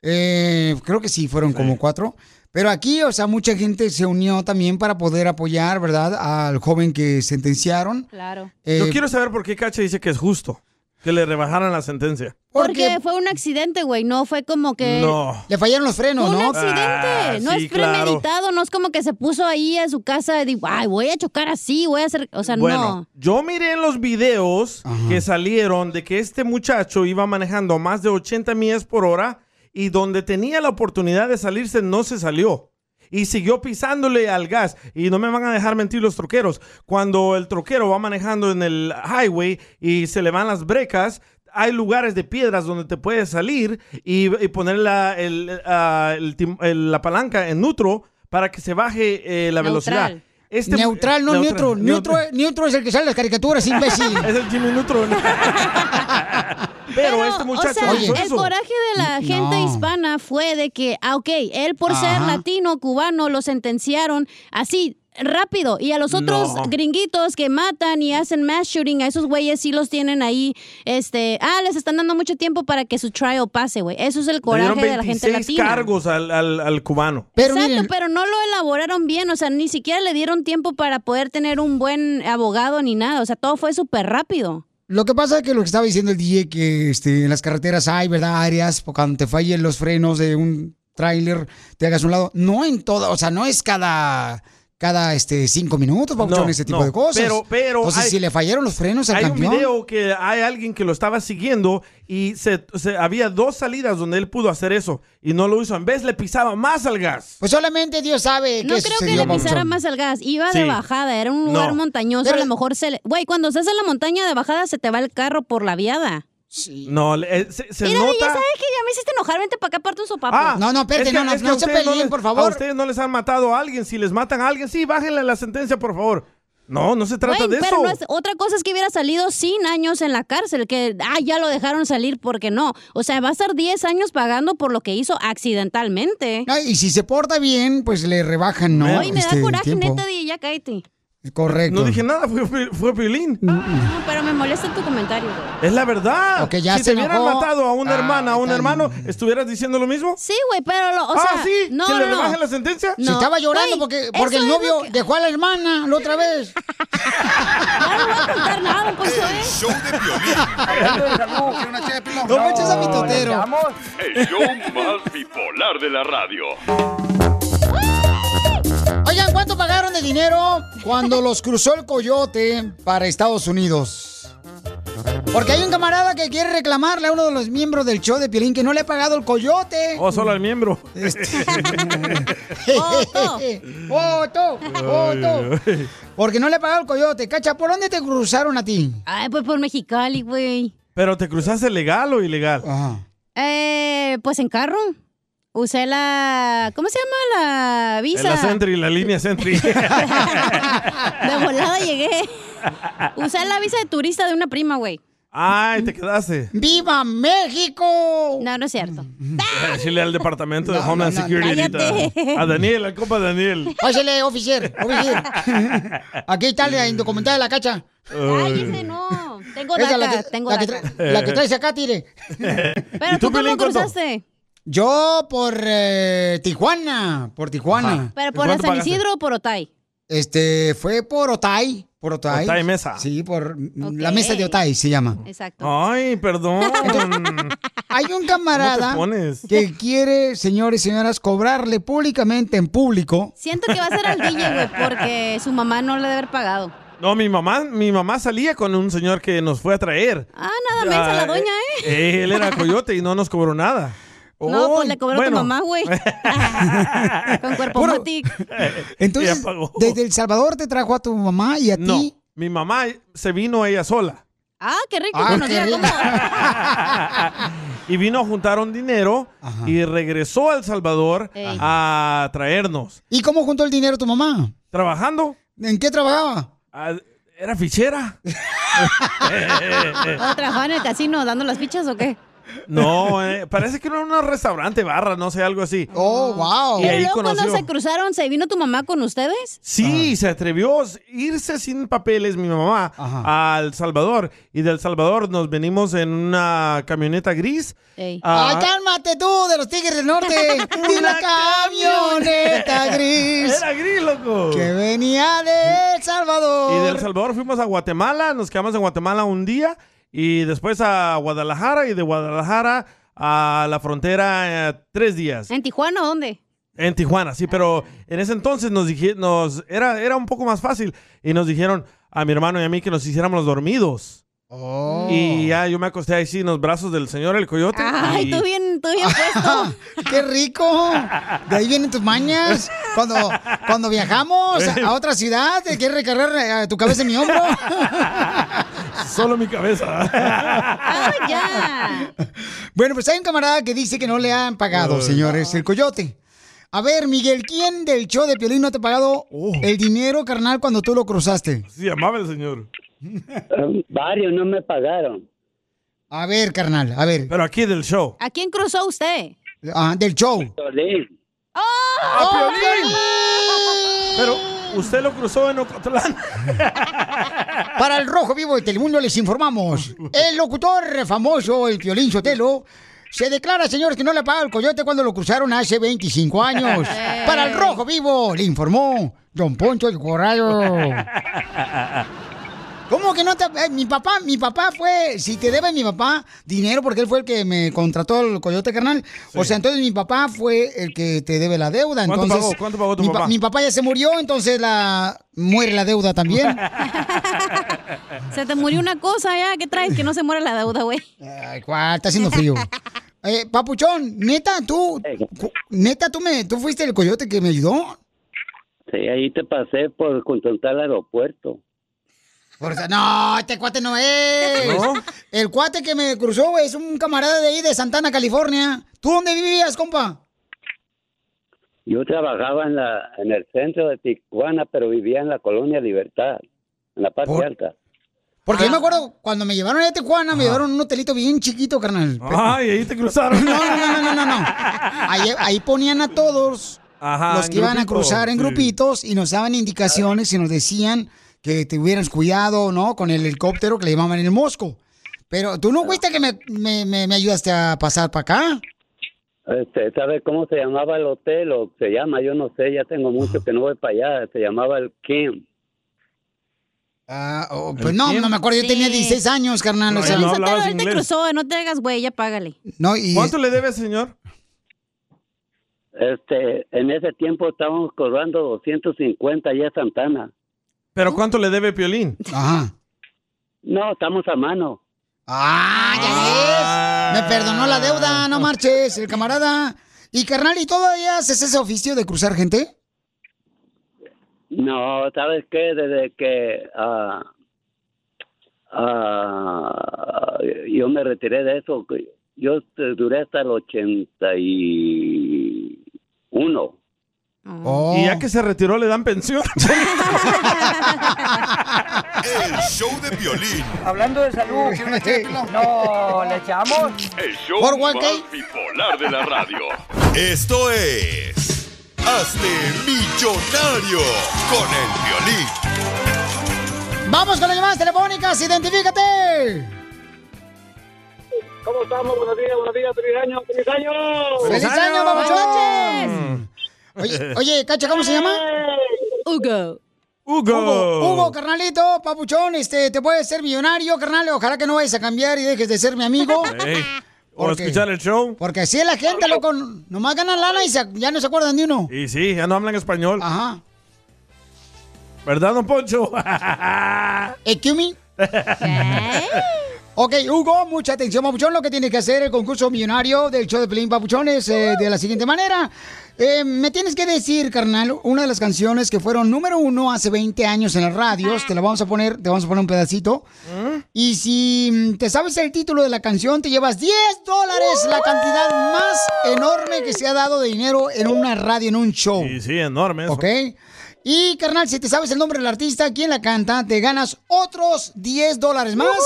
S1: Eh, creo que sí, fueron como cuatro. Pero aquí, o sea, mucha gente se unió también para poder apoyar, ¿verdad? Al joven que sentenciaron.
S3: Claro.
S2: Yo quiero saber por qué Cacha dice que es justo que le rebajaran la sentencia.
S3: Porque fue un accidente, güey. No fue como que.
S2: No.
S1: Le fallaron los frenos,
S3: Fue
S1: ¿no?
S3: Un accidente.
S2: Ah,
S3: no
S2: sí,
S3: es
S2: claro.
S3: premeditado. No es como que se puso ahí a su casa y dijo, ay, voy a chocar así, voy a hacer. O sea,
S2: Bueno,
S3: no.
S2: yo miré en los videos que salieron de que este muchacho iba manejando a más de 80 millas por hora y donde tenía la oportunidad de salirse no se salió. Y siguió pisándole al gas. Y no me van a dejar mentir los troqueros. Cuando el troquero va manejando en el highway y se le van las brecas, hay lugares de piedras donde te puedes salir y, y poner la, el, ah, el tim- el- la palanca en neutro para que se baje eh, la velocidad. Este-
S1: neutral, no neutro. Neutro, neutro es el que sale en las caricaturas, imbécil.
S2: es el Jimmy Neutron. Pero, este muchacho
S3: O sea,
S2: hizo
S3: el
S2: eso.
S3: coraje de la gente
S2: No.
S3: hispana fue de que, ah, ok, él por ser
S2: Ajá.
S3: latino, cubano, lo sentenciaron así rápido. Y a los otros
S14: No.
S3: gringuitos que matan y hacen mass shooting, a esos güeyes sí los tienen ahí, este, ah, les están dando mucho tiempo para que su trial pase, güey. Eso es el
S2: Le dieron
S3: coraje de la gente
S2: 26
S3: latina.
S2: cargos al, al- al cubano.
S3: Exacto, pero no lo elaboraron bien, o sea, ni siquiera le dieron tiempo para poder tener un buen abogado ni nada, o sea, todo fue súper rápido.
S1: Lo que pasa es que lo que estaba diciendo el DJ, que este, en las carreteras hay, ¿verdad? Áreas, por cuando te fallen los frenos de un tráiler, te hagas a un lado. No en toda, o sea, no es cada, cada este, cinco minutos, papuchón,
S2: No,
S1: ese tipo
S2: no,
S1: de cosas.
S2: pero- pero
S1: Entonces,
S2: hay-
S1: si le fallaron los frenos al
S2: Hay un
S1: campeón.
S2: video que hay alguien que lo estaba siguiendo y se, se- había dos salidas donde él pudo hacer eso y no lo hizo. En vez le pisaba más al gas.
S1: Pues solamente Dios sabe
S3: No creo que le pisara más al gas. Iba de
S2: Sí.
S3: bajada, era un lugar
S2: No.
S3: montañoso. a lo mejor se le. Güey, cuando estás en la montaña de bajada, se te va el carro por la viada.
S2: No, le- eh, se, se
S3: Mira, ya
S2: nota.
S3: sabes que ya me hiciste enojar. Vente para acá, parte un sopapo.
S2: Ah,
S3: espérate,
S2: es que- es que a ustedes no les- A ustedes no les han matado a alguien. Si les matan a alguien, sí, bájenle la sentencia, por favor. No, no se trata
S3: Güey,
S2: de
S3: pero
S2: eso.
S3: no es- otra cosa es que hubiera salido 100 años en la cárcel, que ah, ya lo dejaron salir porque no. O sea, va a estar 10 años pagando por lo que hizo accidentalmente.
S1: Ay, y si se porta bien, pues le rebajan, ¿no?
S3: Ay, me
S1: Este,
S3: da coraje,
S1: tiempo.
S3: neta, DJ, ya cállate.
S1: Correcto.
S2: No dije nada, fue, fue, fue Piolín.
S3: No, pero me molesta tu comentario, güey.
S2: Es la verdad.
S1: Ok, ya
S2: si
S1: se
S2: te hubieran
S1: enojó.
S2: matado a una
S1: Ah,
S2: hermana, a un
S1: está
S2: hermano, ¿estuvieras diciendo lo mismo?
S3: Sí, güey, pero lo, o
S2: ah,
S3: sea,
S2: sí,
S3: no,
S2: que le
S3: no, no.
S2: rebajen la sentencia.
S1: Si estaba llorando porque, porque el novio dejó a la hermana la otra vez.
S3: pues, ¿eh?
S12: El show de Piolín.
S1: No manches a mi
S12: totero.
S6: El show más bipolar de la radio.
S1: Oigan, ¿cuánto pagaron de dinero cuando los cruzó el coyote para Estados Unidos? Porque hay un camarada que quiere reclamarle a uno de los miembros del show de Piolín que no le ha pagado el coyote.
S2: O Oh, solo al miembro.
S1: Este.
S3: Oh,
S1: ¡Foto! ¡Foto! ¡Foto! oh, Porque no le ha pagado el coyote. Cacha, ¿por dónde te cruzaron a ti?
S3: Ay, pues por Mexicali, güey.
S2: Pero te cruzaste legal o ilegal.
S3: Eh, pues en carro. Usé la. ¿Cómo se llama la
S2: En
S3: visa?
S2: la Sentry, la línea Sentry.
S3: De volada llegué. Usé la visa de turista de una prima, güey.
S2: Ay, te quedaste.
S1: ¡Viva México!
S3: No, no es cierto.
S2: Voy a Decirle al departamento de
S3: No,
S2: Homeland
S3: no, no,
S2: Security.
S3: cállate.
S2: ahorita. A Daniel, al compa Daniel.
S1: Óyele, oficial, oficial. Aquí está la indocumentada de la cacha.
S3: Cállese, no. Tengo
S1: Esa,
S3: daca,
S1: la que-
S3: tengo
S1: la que
S3: daca.
S1: tra- la que traes acá, tire.
S3: Pero tú, cómo cruzaste?
S1: Yo por eh, Tijuana, por Tijuana.
S3: ¿Pero por la San Isidro o por Otay?
S1: Este, fue por Otay, por Otay.
S2: Otay Mesa.
S1: Sí, por mm, la mesa de Otay se llama.
S3: Exacto.
S2: Ay, perdón.
S1: Hay un camarada
S2: ¿Cómo te pones?
S1: que quiere, señores y señoras, cobrarle públicamente en público.
S3: Siento que va a ser al DJ, güey, porque su mamá no le debe haber pagado.
S2: No, mi mamá, mi mamá salía con un señor que nos fue a traer.
S3: Ah, nada menos a la doña, ¿eh?
S2: Él era coyote y no nos cobró nada. Oh,
S3: No, pues le cobró
S2: bueno.
S3: tu mamá, güey. Con cuerpo matic.
S1: Entonces,
S2: Ya pagó.
S1: desde El Salvador te trajo a tu mamá y a
S2: No,
S1: ti.
S2: mi mamá se vino ella sola.
S3: Ah, qué rico.
S2: Ah,
S3: bueno,
S2: qué
S3: mira
S2: rico.
S3: cómo-
S2: Y vino, juntaron dinero y regresó a El Salvador
S1: Ey.
S2: a traernos.
S1: ¿Y cómo juntó el dinero tu mamá?
S2: ¿Trabajando?
S1: ¿En qué trabajaba?
S2: Ah, Era fichera.
S3: ¿O trabajaba en el casino dando las fichas o qué?
S2: no, eh, parece que era un restaurante, barra, no sé, algo así.
S1: Oh, wow.
S2: Y
S3: Pero
S2: ahí
S3: luego
S2: conoció.
S3: cuando se cruzaron, ¿se vino tu mamá con ustedes?
S2: Sí, se atrevió a irse sin papeles, mi mamá, a El Salvador. Y del Salvador nos venimos en una camioneta gris.
S1: ¡Ay,
S2: Ah.
S1: cálmate tú de los Tigres del Norte! ¡Y la camioneta gris!
S2: Era gris, loco.
S1: Que venía de El Salvador.
S2: Y del Salvador fuimos a Guatemala, nos quedamos en Guatemala un día y después a Guadalajara y de Guadalajara a la frontera eh, tres días.
S3: ¿En Tijuana o dónde?
S2: En Tijuana, sí, pero en ese entonces nos dijeron, nos, era, era un poco más fácil y nos dijeron a mi hermano y a mí que nos hiciéramos los dormidos.
S1: Oh.
S2: Y ya yo me acosté ahí sí en los brazos del señor el coyote.
S3: Ay,
S2: y-
S3: tú bien, tú bien puesto.
S1: ¡Qué rico! De ahí vienen tus mañas. Cuando, cuando viajamos
S2: Eh.
S1: a, a otra ciudad, te quieres recargar eh, tu cabeza en mi hombro.
S2: Solo mi cabeza.
S3: Ah,
S1: Bueno, pues hay un camarada que dice que no le han pagado,
S2: Ay.
S1: señores, el coyote. A ver, Miguel, ¿quién del show de Piolín no te ha pagado
S2: Oh.
S1: el dinero, carnal, cuando tú lo cruzaste?
S2: Se llamaba el señor.
S14: Em, Varios no me pagaron.
S1: A ver, carnal, a ver.
S2: Pero aquí del show.
S3: ¿A quién cruzó usted?
S1: Ah, del show.
S14: Piolín.
S3: ¡Oh!
S2: Piolín! Pero usted lo cruzó en Ocotlán.
S1: Para el Rojo Vivo de Telemundo les informamos. El locutor famoso, el Piolín Sotelo, se declara, señores, que no le paga el coyote cuando lo cruzaron hace 25 años.
S12: Eh.
S1: Para el Rojo Vivo, le informó Don Poncho el Corrado. ¿Cómo que no te.? eh, mi papá, mi papá fue. Si te debe mi papá dinero, porque él fue el que me contrató el coyote carnal. O sea, entonces mi papá fue el que te debe la deuda.
S2: ¿Cuánto
S1: entonces,
S2: pagó? ¿Cuánto pagó tu
S1: mi pa-
S2: papá?
S1: mi papá ya se murió, entonces la muere la deuda también.
S3: Se te murió una cosa ya. ¿Qué traes? Que no se muera la deuda, güey.
S1: Ay, cuál, está haciendo frío. Eh, Papuchón, neta, tú, cu- neta, tú me, tú fuiste el coyote que me ayudó.
S14: Sí, ahí te pasé por contratar al aeropuerto.
S1: O sea, no, este cuate no es.
S14: ¿No?
S1: El cuate que me cruzó güey, es un camarada de ahí de Santana, California. ¿Tú dónde vivías, compa?
S14: Yo trabajaba en, la, en el centro de Tijuana, pero vivía en la Colonia Libertad, en la parte alta.
S1: Porque
S2: Ah.
S1: yo me acuerdo cuando me llevaron a Tijuana, me llevaron a un hotelito bien chiquito, carnal.
S2: Ay, ahí te cruzaron.
S1: No, no, no, no, no, no. Ahí, ahí ponían a todos
S2: Ajá,
S1: los
S2: en
S1: que iban a
S2: grupito,
S1: cruzar en
S2: sí.
S1: grupitos y nos daban indicaciones y nos decían que tuvieran cuidado, ¿no? Con el helicóptero que le llamaban el Mosco. Pero tú no fuiste que me, me- me- me ayudaste a pasar para acá.
S14: Este, ¿Sabe cómo se llamaba el hotel o se llama? Yo no sé, ya tengo mucho que no voy para allá. Se llamaba el Kim.
S1: Ah, oh, pues no, no me acuerdo, yo tenía 16 años, carnal.
S14: No,
S1: o sea,
S14: ya no
S3: Sotelo, él te cruzó, no te hagas güey, ya págale.
S1: No, y-
S2: ¿Cuánto le debe, señor?
S14: Este, en ese tiempo estábamos cobrando 250 allá a Santana.
S2: ¿Pero cuánto le debe Piolín?
S1: Ajá.
S14: No, estamos a mano.
S1: Ah, ya ves. Me perdonó la deuda, no marches, el camarada. Y carnal, ¿y todavía haces ese oficio de cruzar gente?
S14: No, ¿sabes qué? Desde que ah, ah, yo me retiré de eso, que yo eh, duré hasta el 81.
S1: Oh.
S2: Y ya que se retiró, le dan pensión.
S5: El show de violín.
S15: Hablando de salud, no, ¿le echamos?
S16: El show
S15: Por
S16: más
S15: Walkie.
S16: bipolar de la radio.
S5: Esto es. Hazte millonario con el violín.
S1: Vamos con las llamadas telefónicas, identifícate.
S17: ¿Cómo estamos? Buenos días, buenos días, feliz año, feliz año.
S1: ¡Feliz año,
S2: Mm.
S1: babuchón!
S17: Oye,
S1: Oye, Cacha, ¿cómo se llama? Hugo. Hugo. Hugo, carnalito, papuchón, este, te puedes ser millonario, carnal. Ojalá que no vayas a cambiar y dejes de ser mi amigo.
S2: Ey, ¿O
S1: Porque-
S2: escuchar el show?
S1: Porque así es la gente, loco. Nomás ganan lana y se- ya no se acuerdan de uno.
S2: Y sí, ya no hablan español.
S1: Ajá.
S2: ¿Verdad, don Poncho?
S1: ¿Excuse Ok, Hugo, mucha atención, Papuchón. Lo que tienes que hacer el concurso millonario del show de Pelín Papuchón es eh, de la siguiente manera. Eh, me tienes que decir, carnal, una de las canciones que fueron número uno hace 20 años en las radios. Te la vamos a poner, te vamos a poner un pedacito. Y si mm, te sabes el título de la canción, te llevas 10 dólares, la cantidad más enorme que se ha dado de dinero en una radio, en un show.
S2: Y sí, enorme eso.
S1: ¿Ok? Y carnal, si te sabes el nombre del artista, quién la canta, te ganas otros 10 dólares más,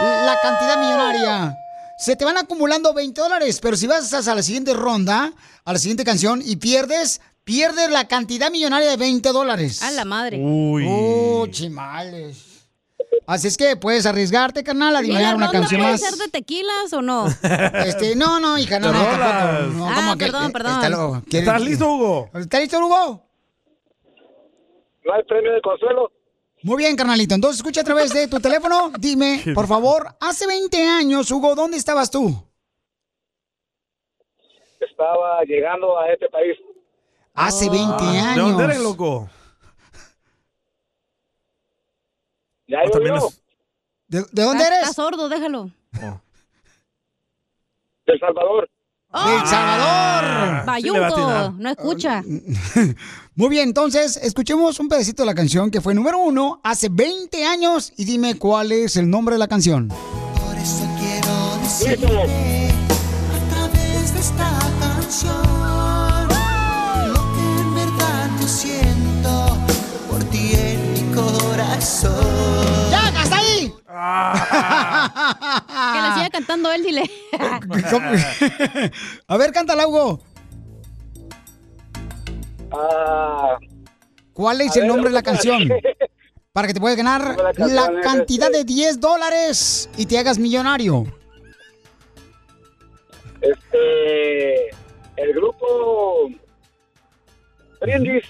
S1: la cantidad millonaria. Se te van acumulando 20 dólares, pero si vas hasta la siguiente ronda, a la siguiente canción y pierdes, pierdes la cantidad millonaria de 20 dólares.
S3: A la madre.
S2: Uy.
S1: Oh, chimales. Así es que puedes arriesgarte, carnal, a
S3: ¿Y la
S1: adivinar una
S3: ronda
S1: canción
S3: puede
S1: más.
S3: ser de tequilas o no?
S1: Este, no, no, hija, no,
S3: De
S1: no,
S3: rolas.
S1: tampoco. No,
S3: Ah,
S1: ¿cómo
S3: perdón, perdón.
S1: Está loco. ¿Quieres-
S2: ¿Estás listo, Hugo?
S1: ¿Está listo, Hugo?
S17: ¿No hay premio de consuelo?
S1: Muy bien, carnalito. Entonces, escucha a través de tu teléfono. Dime, por favor, hace 20 años, Hugo, ¿dónde estabas tú?
S17: Estaba llegando a este país.
S7: Ah,
S1: Hace 20
S15: Ah.
S2: ¿De
S1: años.
S2: dónde eres, loco?
S17: Ya
S2: O Ah, también es- Oh.
S1: ¿De, de dónde
S3: Está-
S1: eres?
S3: Está Ah, sordo, déjalo.
S17: El Salvador.
S1: ¡El Salvador!
S3: Bayunco, Ah, no escucha.
S1: Muy bien, entonces, escuchemos un pedacito de la canción que fue número uno hace 20 años y dime cuál es el nombre de la canción.
S7: Por eso quiero decirte a través de esta canción lo que en verdad yo siento por ti en mi corazón.
S1: ¡Ya, hasta ahí!
S3: que la siga cantando él, dile.
S1: A ver, cántala, Hugo.
S8: Ah,
S1: ¿Cuál es
S7: a
S1: el
S7: ver,
S1: nombre de la
S7: otra vez.
S1: canción? Para que te puedas ganar
S7: La canción
S1: la
S7: es,
S1: cantidad de 10 dólares y te hagas millonario.
S17: Este. El grupo. Brindis.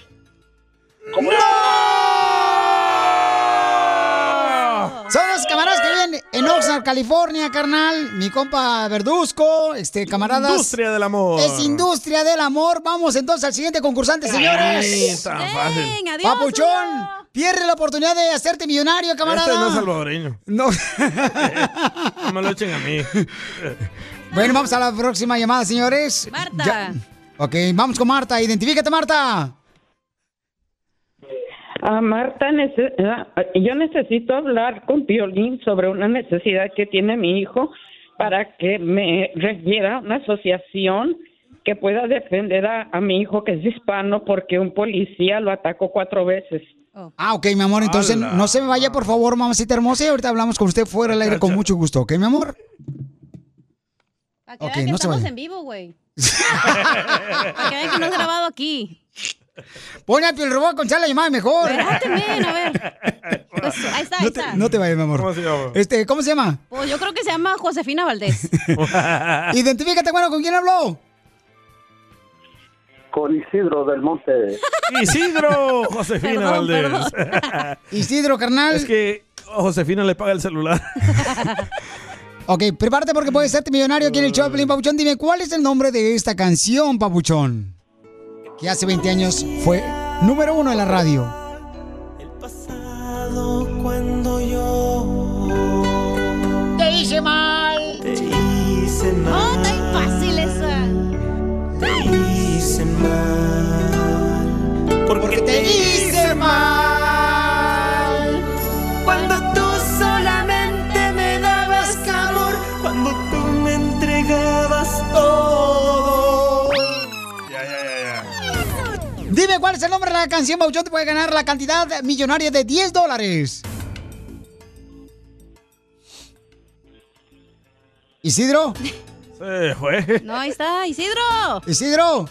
S17: ¿Cómo
S1: Son los camaradas que viven en Oxnard, California, carnal. Mi compa Verduzco, este, camaradas.
S2: Industria del amor.
S1: Es industria del amor. Vamos entonces al siguiente concursante, señores.
S2: Ay, tan fácil.
S1: Papuchón, pierde la oportunidad de hacerte millonario, camarada.
S2: Este no es salvadoreño.
S1: No.
S2: No me lo echen a mí.
S1: Bueno, vamos a la próxima llamada, señores.
S3: Marta.
S1: Ok, vamos con Marta. Identifícate, Marta.
S9: Ah, Marta, nece- ah, yo necesito hablar con Piolín sobre una necesidad que tiene mi hijo para que me refiera a una asociación que pueda defender a, a mi hijo que es hispano porque un policía lo atacó cuatro veces.
S1: Ah, ok, mi amor. Entonces,
S9: Ala.
S1: no se me vaya, por favor, mamacita hermosa. Y ahorita hablamos con usted fuera del aire con mucho gusto, ¿ok, mi amor?
S3: Para que
S1: Ok,
S3: vean que
S1: no se
S3: estamos
S1: vaya.
S3: en vivo, güey. Para que vean que no es grabado aquí.
S1: Pon a Piel Robot con la llamada mejor.
S3: Espérate, men, a ver. Pues, ahí está, ahí
S1: No te,
S3: está.
S1: no te vayas, mi amor. ¿Cómo se llama? Este, ¿Cómo se llama?
S3: Pues yo creo que se llama Josefina Valdés.
S1: Identifícate, bueno, ¿con quién habló?
S14: Con Isidro del Monte.
S2: Isidro Josefina
S1: Perdón,
S2: Valdés.
S1: Isidro, carnal.
S2: Es que Josefina le paga el celular.
S1: Ok, prepárate porque puedes serte millonario aquí en el show de Pelín Papuchón. Dime, ¿cuál es el nombre de esta canción, Papuchón? Que hace 20 años fue número uno en la radio.
S7: Cuando yo
S1: Te hice mal.
S7: Te hice mal.
S3: Está fácil esa.
S7: Te hice mal. Porque te hice mal. Cuando tú solamente me dabas calor. Cuando tú me entregabas todo.
S1: Dime cuál es el nombre de la canción, Papuchón. Te puede ganar la cantidad millonaria de 10 dólares. ¿Isidro?
S2: Se fue.
S3: No, ahí está, Isidro.
S1: ¿Isidro?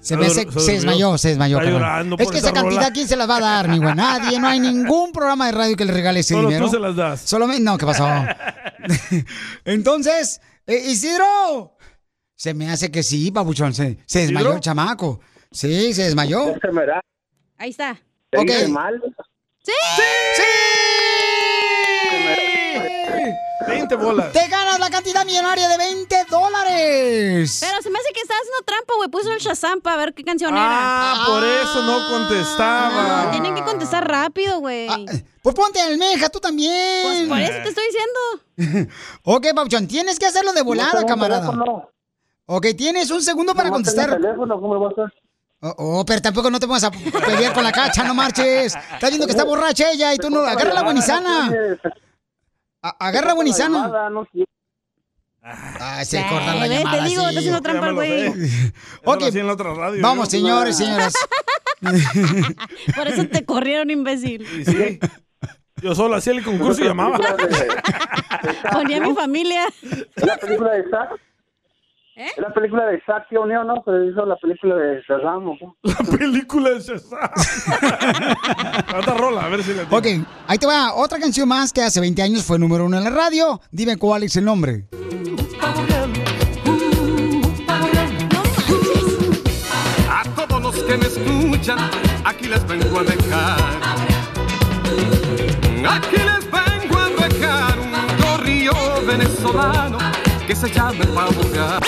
S1: Se, me-
S2: Se
S1: se-
S2: dur-
S1: se
S2: se
S1: desmayó,
S2: durmió.
S1: se desmayó.
S2: Está
S1: carnal.
S2: llorando
S1: es
S2: por
S1: que
S2: esa
S1: esa cantidad,
S2: rola.
S1: ¿quién se las va a dar, mi güey? Nadie, no hay ningún programa de radio que le regale ese
S2: Solo tú
S1: dinero.
S2: se las das.
S1: Solamente, no, ¿qué pasó? Entonces, eh, Isidro, se me hace que sí, babuchón, se, se desmayó
S3: ¿Isidro?
S1: el chamaco. Sí, se desmayó.
S3: Ahí está.
S1: ¿Te Ok. hice mal?
S3: ¡Sí!
S2: ¡Sí! 20 bolas.
S1: Te ganas la cantidad millonaria de 20 dólares.
S3: Pero se me hace que estás haciendo trampa, güey. Puso el Shazam para ver qué canción era.
S2: Ah, por eso no contestaba.
S3: No, tienen que contestar rápido, güey.
S1: Pues ponte almeja, tú también.
S3: Pues por eso te estoy diciendo.
S1: Ok, Pauchón, tienes que hacerlo de volada,
S11: tengo
S1: camarada.
S11: teléfono.
S1: Ok, tienes un segundo para
S11: No tengo
S1: contestar.
S11: teléfono,
S1: ¿cómo vas a Oh, oh, pero tampoco no te pongas a pelear con la cacha, no marches. Estás viendo que está borracha ella y tú no. Agarra la buenizana. A- Agarra la buenizana. Ah, se
S12: Ay,
S1: corta la
S12: ves, te
S1: llamada.
S12: digo,
S1: sí.
S12: está haciendo trampa el güey.
S1: Ok, vamos,
S12: yo.
S1: señores, señoras.
S3: Por eso te corrieron, imbécil.
S2: Yo solo hacía el concurso y llamaba.
S3: Ponía a mi familia.
S17: ¿Es la película de Zack? ¿Eh? ¿Es la película de Zack que unió, no? Se hizo la película de Shazam. ¿o cómo?
S2: Película de Shazam. Otra rola, a ver si la
S1: Ok, ahí te va. Otra canción más que hace 20 años fue número uno en la radio. Dime cuál es el nombre.
S18: A todos los que me escuchan, aquí les vengo a dejar. Aquí les vengo a dejar un gorrillo venezolano que se llama Pavogar.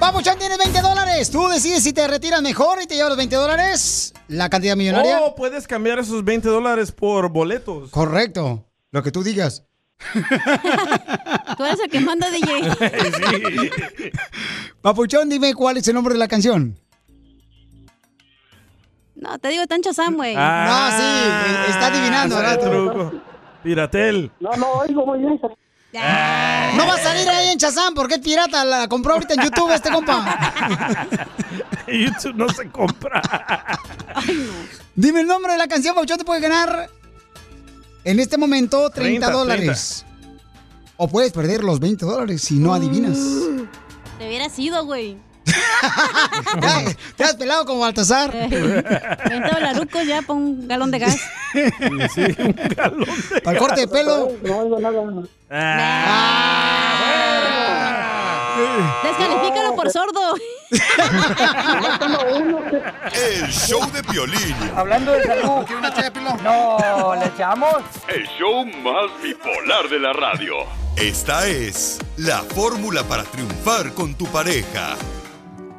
S1: Vamos, Chan, tienes 20 dólares. Tú decides si te retiras mejor y te llevas los 20 dólares. La cantidad millonaria.
S2: O Oh, puedes cambiar esos 20 dólares por boletos.
S1: Correcto. Lo que tú digas.
S3: Tú eres el que manda DJ.
S1: Papuchón, dime cuál es el nombre de la canción.
S3: No, te digo, tan Shazam, güey.
S1: No,
S2: Ah.
S1: sí, eh, está adivinando,
S2: ese
S1: ¿verdad?
S2: truco. Piratel.
S1: No, no, oigo muy bien. No va a salir ahí en Chazán porque es pirata. La compró ahorita en YouTube este compa.
S2: YouTube no se compra.
S1: Dime el nombre de la canción, Papuchón, te puedes ganar en este momento 30,
S2: 30.
S1: dólares. O puedes perder los 20 dólares si no adivinas.
S3: Te hubieras ido, güey.
S1: Te has pelado como Baltasar.
S3: Vente a Balarucos ya pon un galón de gas.
S1: Para el corte de pelo.
S17: No oigo nada.
S19: Ah,
S3: Descalifícalo por sordo.
S5: El show de Piolín.
S19: Hablando de salud. una No, ¿le echamos?
S6: El show más bipolar de la radio.
S5: Esta es la fórmula para triunfar con tu pareja.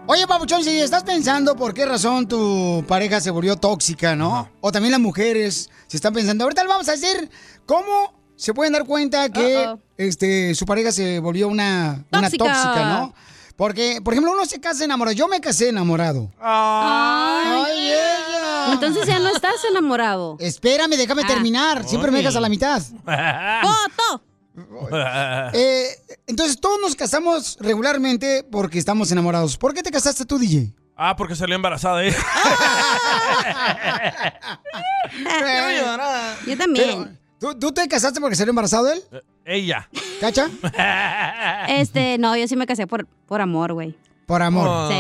S1: Oye, Papuchón, si estás pensando por qué razón tu pareja se volvió tóxica, ¿no? O también las mujeres se están pensando. Ahorita le vamos a decir cómo se pueden dar cuenta que
S12: Uh-oh.
S1: este, su pareja se volvió una tóxica. una
S12: Tóxica.
S1: tóxica, ¿no? Porque, por ejemplo, uno se casa enamorado. Yo me casé enamorado.
S3: Ay,
S1: ella.
S3: Entonces ya no estás enamorado. Ah.
S1: Espérame, déjame terminar. Ah, Siempre me
S3: Ay.
S1: dejas a la mitad.
S3: ¡Foto! Ah.
S1: Eh, entonces, todos nos casamos regularmente porque estamos enamorados. ¿Por qué te casaste tú, DJ?
S2: Ah, porque salió embarazada, ¿eh?
S3: Yo también.
S1: Pero, ¿tú, tú te casaste porque salió embarazado él?
S2: Ella.
S1: ¿Cacha?
S3: Este, no, yo sí me casé por, por amor, güey.
S1: Por amor.
S2: Oh.
S3: Sí.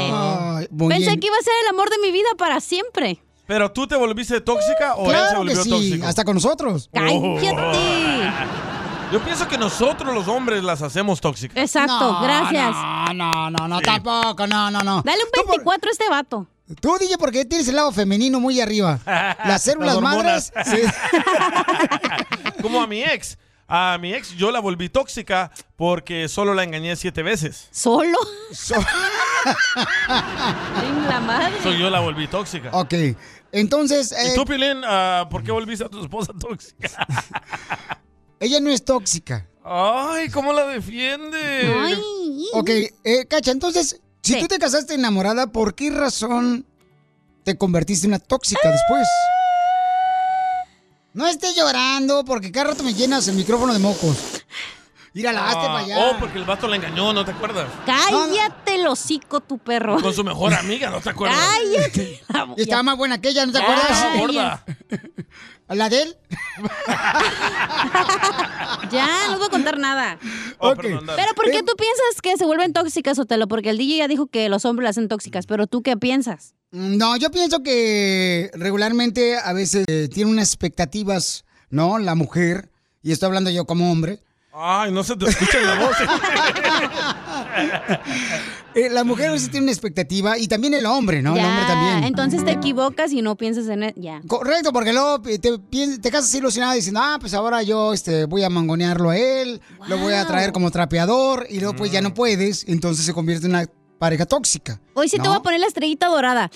S2: Ay, muy
S3: Pensé
S2: bien.
S3: que iba a ser el amor de mi vida para siempre.
S2: ¿Pero tú te volviste tóxica o él se
S1: claro que
S2: volvió
S1: sí,
S2: tóxico? Oh.
S1: hasta con nosotros.
S3: ¡Cállate!
S2: Yo pienso que nosotros los hombres las hacemos tóxicas.
S3: Exacto,
S1: No,
S3: gracias.
S2: Ah,
S1: No, no, no, no, tampoco, no, no, no.
S3: Dale un 24 a este vato.
S1: Tú, DJ, porque tienes el lado femenino muy arriba. Las células madres.
S2: hormonas.
S1: sí.
S2: Como a mi ex. A mi ex yo la volví tóxica porque solo la engañé siete veces.
S3: ¿Solo? En la madre.
S2: So, yo la volví tóxica.
S1: ok. Entonces,
S2: ¿Y
S1: eh,
S2: tú, Pilín, ah, por qué volviste a tu esposa tóxica?
S1: ella no es tóxica.
S2: Ay, ¿cómo la defiende?
S1: Ok, eh, Cacha, entonces, si tú te casaste enamorada, ¿por qué razón te convertiste en una tóxica después? No estés llorando, porque cada rato me llenas el micrófono de mocos. Mira, la hazte
S2: Ah,
S1: para allá.
S2: Oh, porque el vato la engañó, ¿no te acuerdas?
S3: Cállate el hocico, tu perro.
S2: Con su mejor amiga, ¿no te acuerdas?
S3: Cállate.
S2: Ah,
S1: Y estaba más buena que ella, ¿no te
S3: Ay,
S1: acuerdas?
S3: gorda.
S1: ¿La de él?
S3: Ya, no les voy a contar nada.
S7: Oh, perdón, dale.
S3: Pero ¿por qué tú piensas que se vuelven tóxicas, Otelo? Porque el DJ ya dijo que los hombres las hacen tóxicas, pero ¿tú qué piensas?
S1: No, yo pienso que regularmente a veces eh, tiene unas expectativas, ¿no? La mujer, y estoy hablando yo como hombre.
S2: Ay, no se te escucha la voz.
S1: Eh, la mujer a veces tiene una expectativa y también el hombre, ¿no?
S3: ya,
S1: El hombre también.
S3: entonces te equivocas y no piensas en él. Ya.
S1: Correcto, porque luego te, pien- te casas ilusionada diciendo, ah, pues ahora yo este, voy a mangonearlo a él, lo voy a traer como trapeador y luego pues ya
S3: Mm.
S1: no puedes, entonces se convierte en una pareja tóxica.
S3: Hoy sí te
S1: ¿no?
S3: voy a poner la estrellita dorada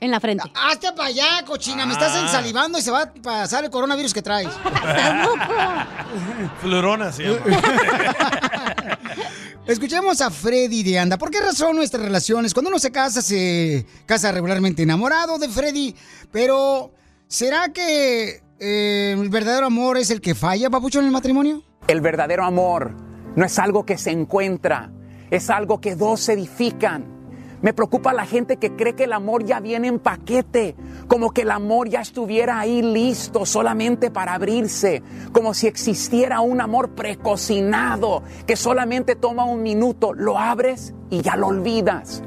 S3: en la frente.
S1: Hazte para allá, cochina, me estás
S2: Ah.
S1: ensalivando y se va a pasar el coronavirus que traes.
S2: Florona se llama.
S1: Escuchemos a Freddy de Anda. ¿Por qué razón nuestras relaciones? Cuando uno se casa, se casa regularmente enamorado de Freddy, pero ¿será que eh, el verdadero amor es el que falla, papucho, en el matrimonio?
S20: El verdadero amor no es algo que se encuentra, es algo que dos se edifican. Me preocupa la gente que cree que el amor ya viene en paquete, como que el amor ya estuviera ahí listo solamente para abrirse, como si existiera un amor precocinado que solamente toma un minuto, lo abres y ya lo olvidas.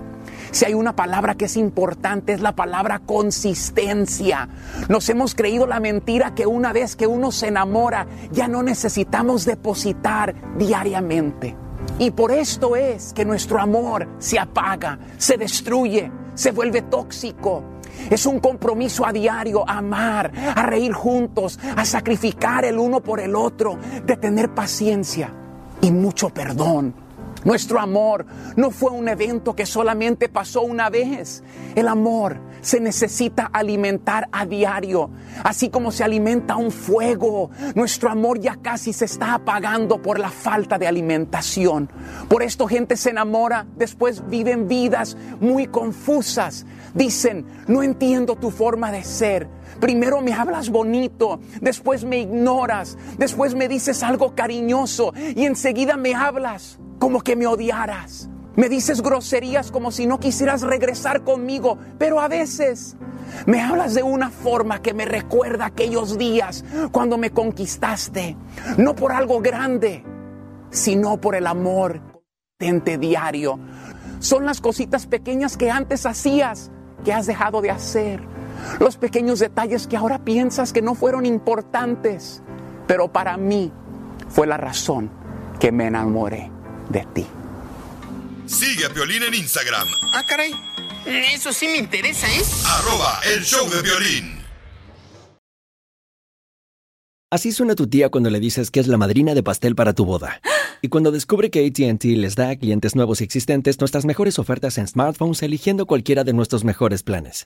S20: Si hay una palabra que es importante es la palabra consistencia. Nos hemos creído la mentira que una vez que uno se enamora ya no necesitamos depositar diariamente. Y por esto es que nuestro amor se apaga, se destruye, se vuelve tóxico. Es un compromiso a diario, a amar, a reír juntos, a sacrificar el uno por el otro, de tener paciencia y mucho perdón. Nuestro amor no fue un evento que solamente pasó una vez. El amor se necesita alimentar a diario, así como se alimenta un fuego. Nuestro amor ya casi se está apagando por la falta de alimentación. Por esto gente se enamora, después viven vidas muy confusas. Dicen, no entiendo tu forma de ser. Primero me hablas bonito, después me ignoras, después me dices algo cariñoso y enseguida me hablas como que me odiaras. Me dices groserías como si no quisieras regresar conmigo, pero a veces me hablas de una forma que me recuerda aquellos días cuando me conquistaste, no por algo grande, sino por el amor consistente diario. Son las cositas pequeñas que antes hacías que has dejado de hacer, los pequeños detalles que ahora piensas que no fueron importantes, pero para mí fue la razón que me enamoré de ti.
S5: Sigue a Piolín en Instagram,
S13: Ah, caray. Eso sí me interesa, ¿eh?
S5: arroba el show de violín.
S21: Así suena tu tía cuando le dices que es la madrina de pastel para tu boda. Y cuando descubre que ATT les da a clientes nuevos y existentes nuestras mejores ofertas en smartphones eligiendo cualquiera de nuestros mejores planes.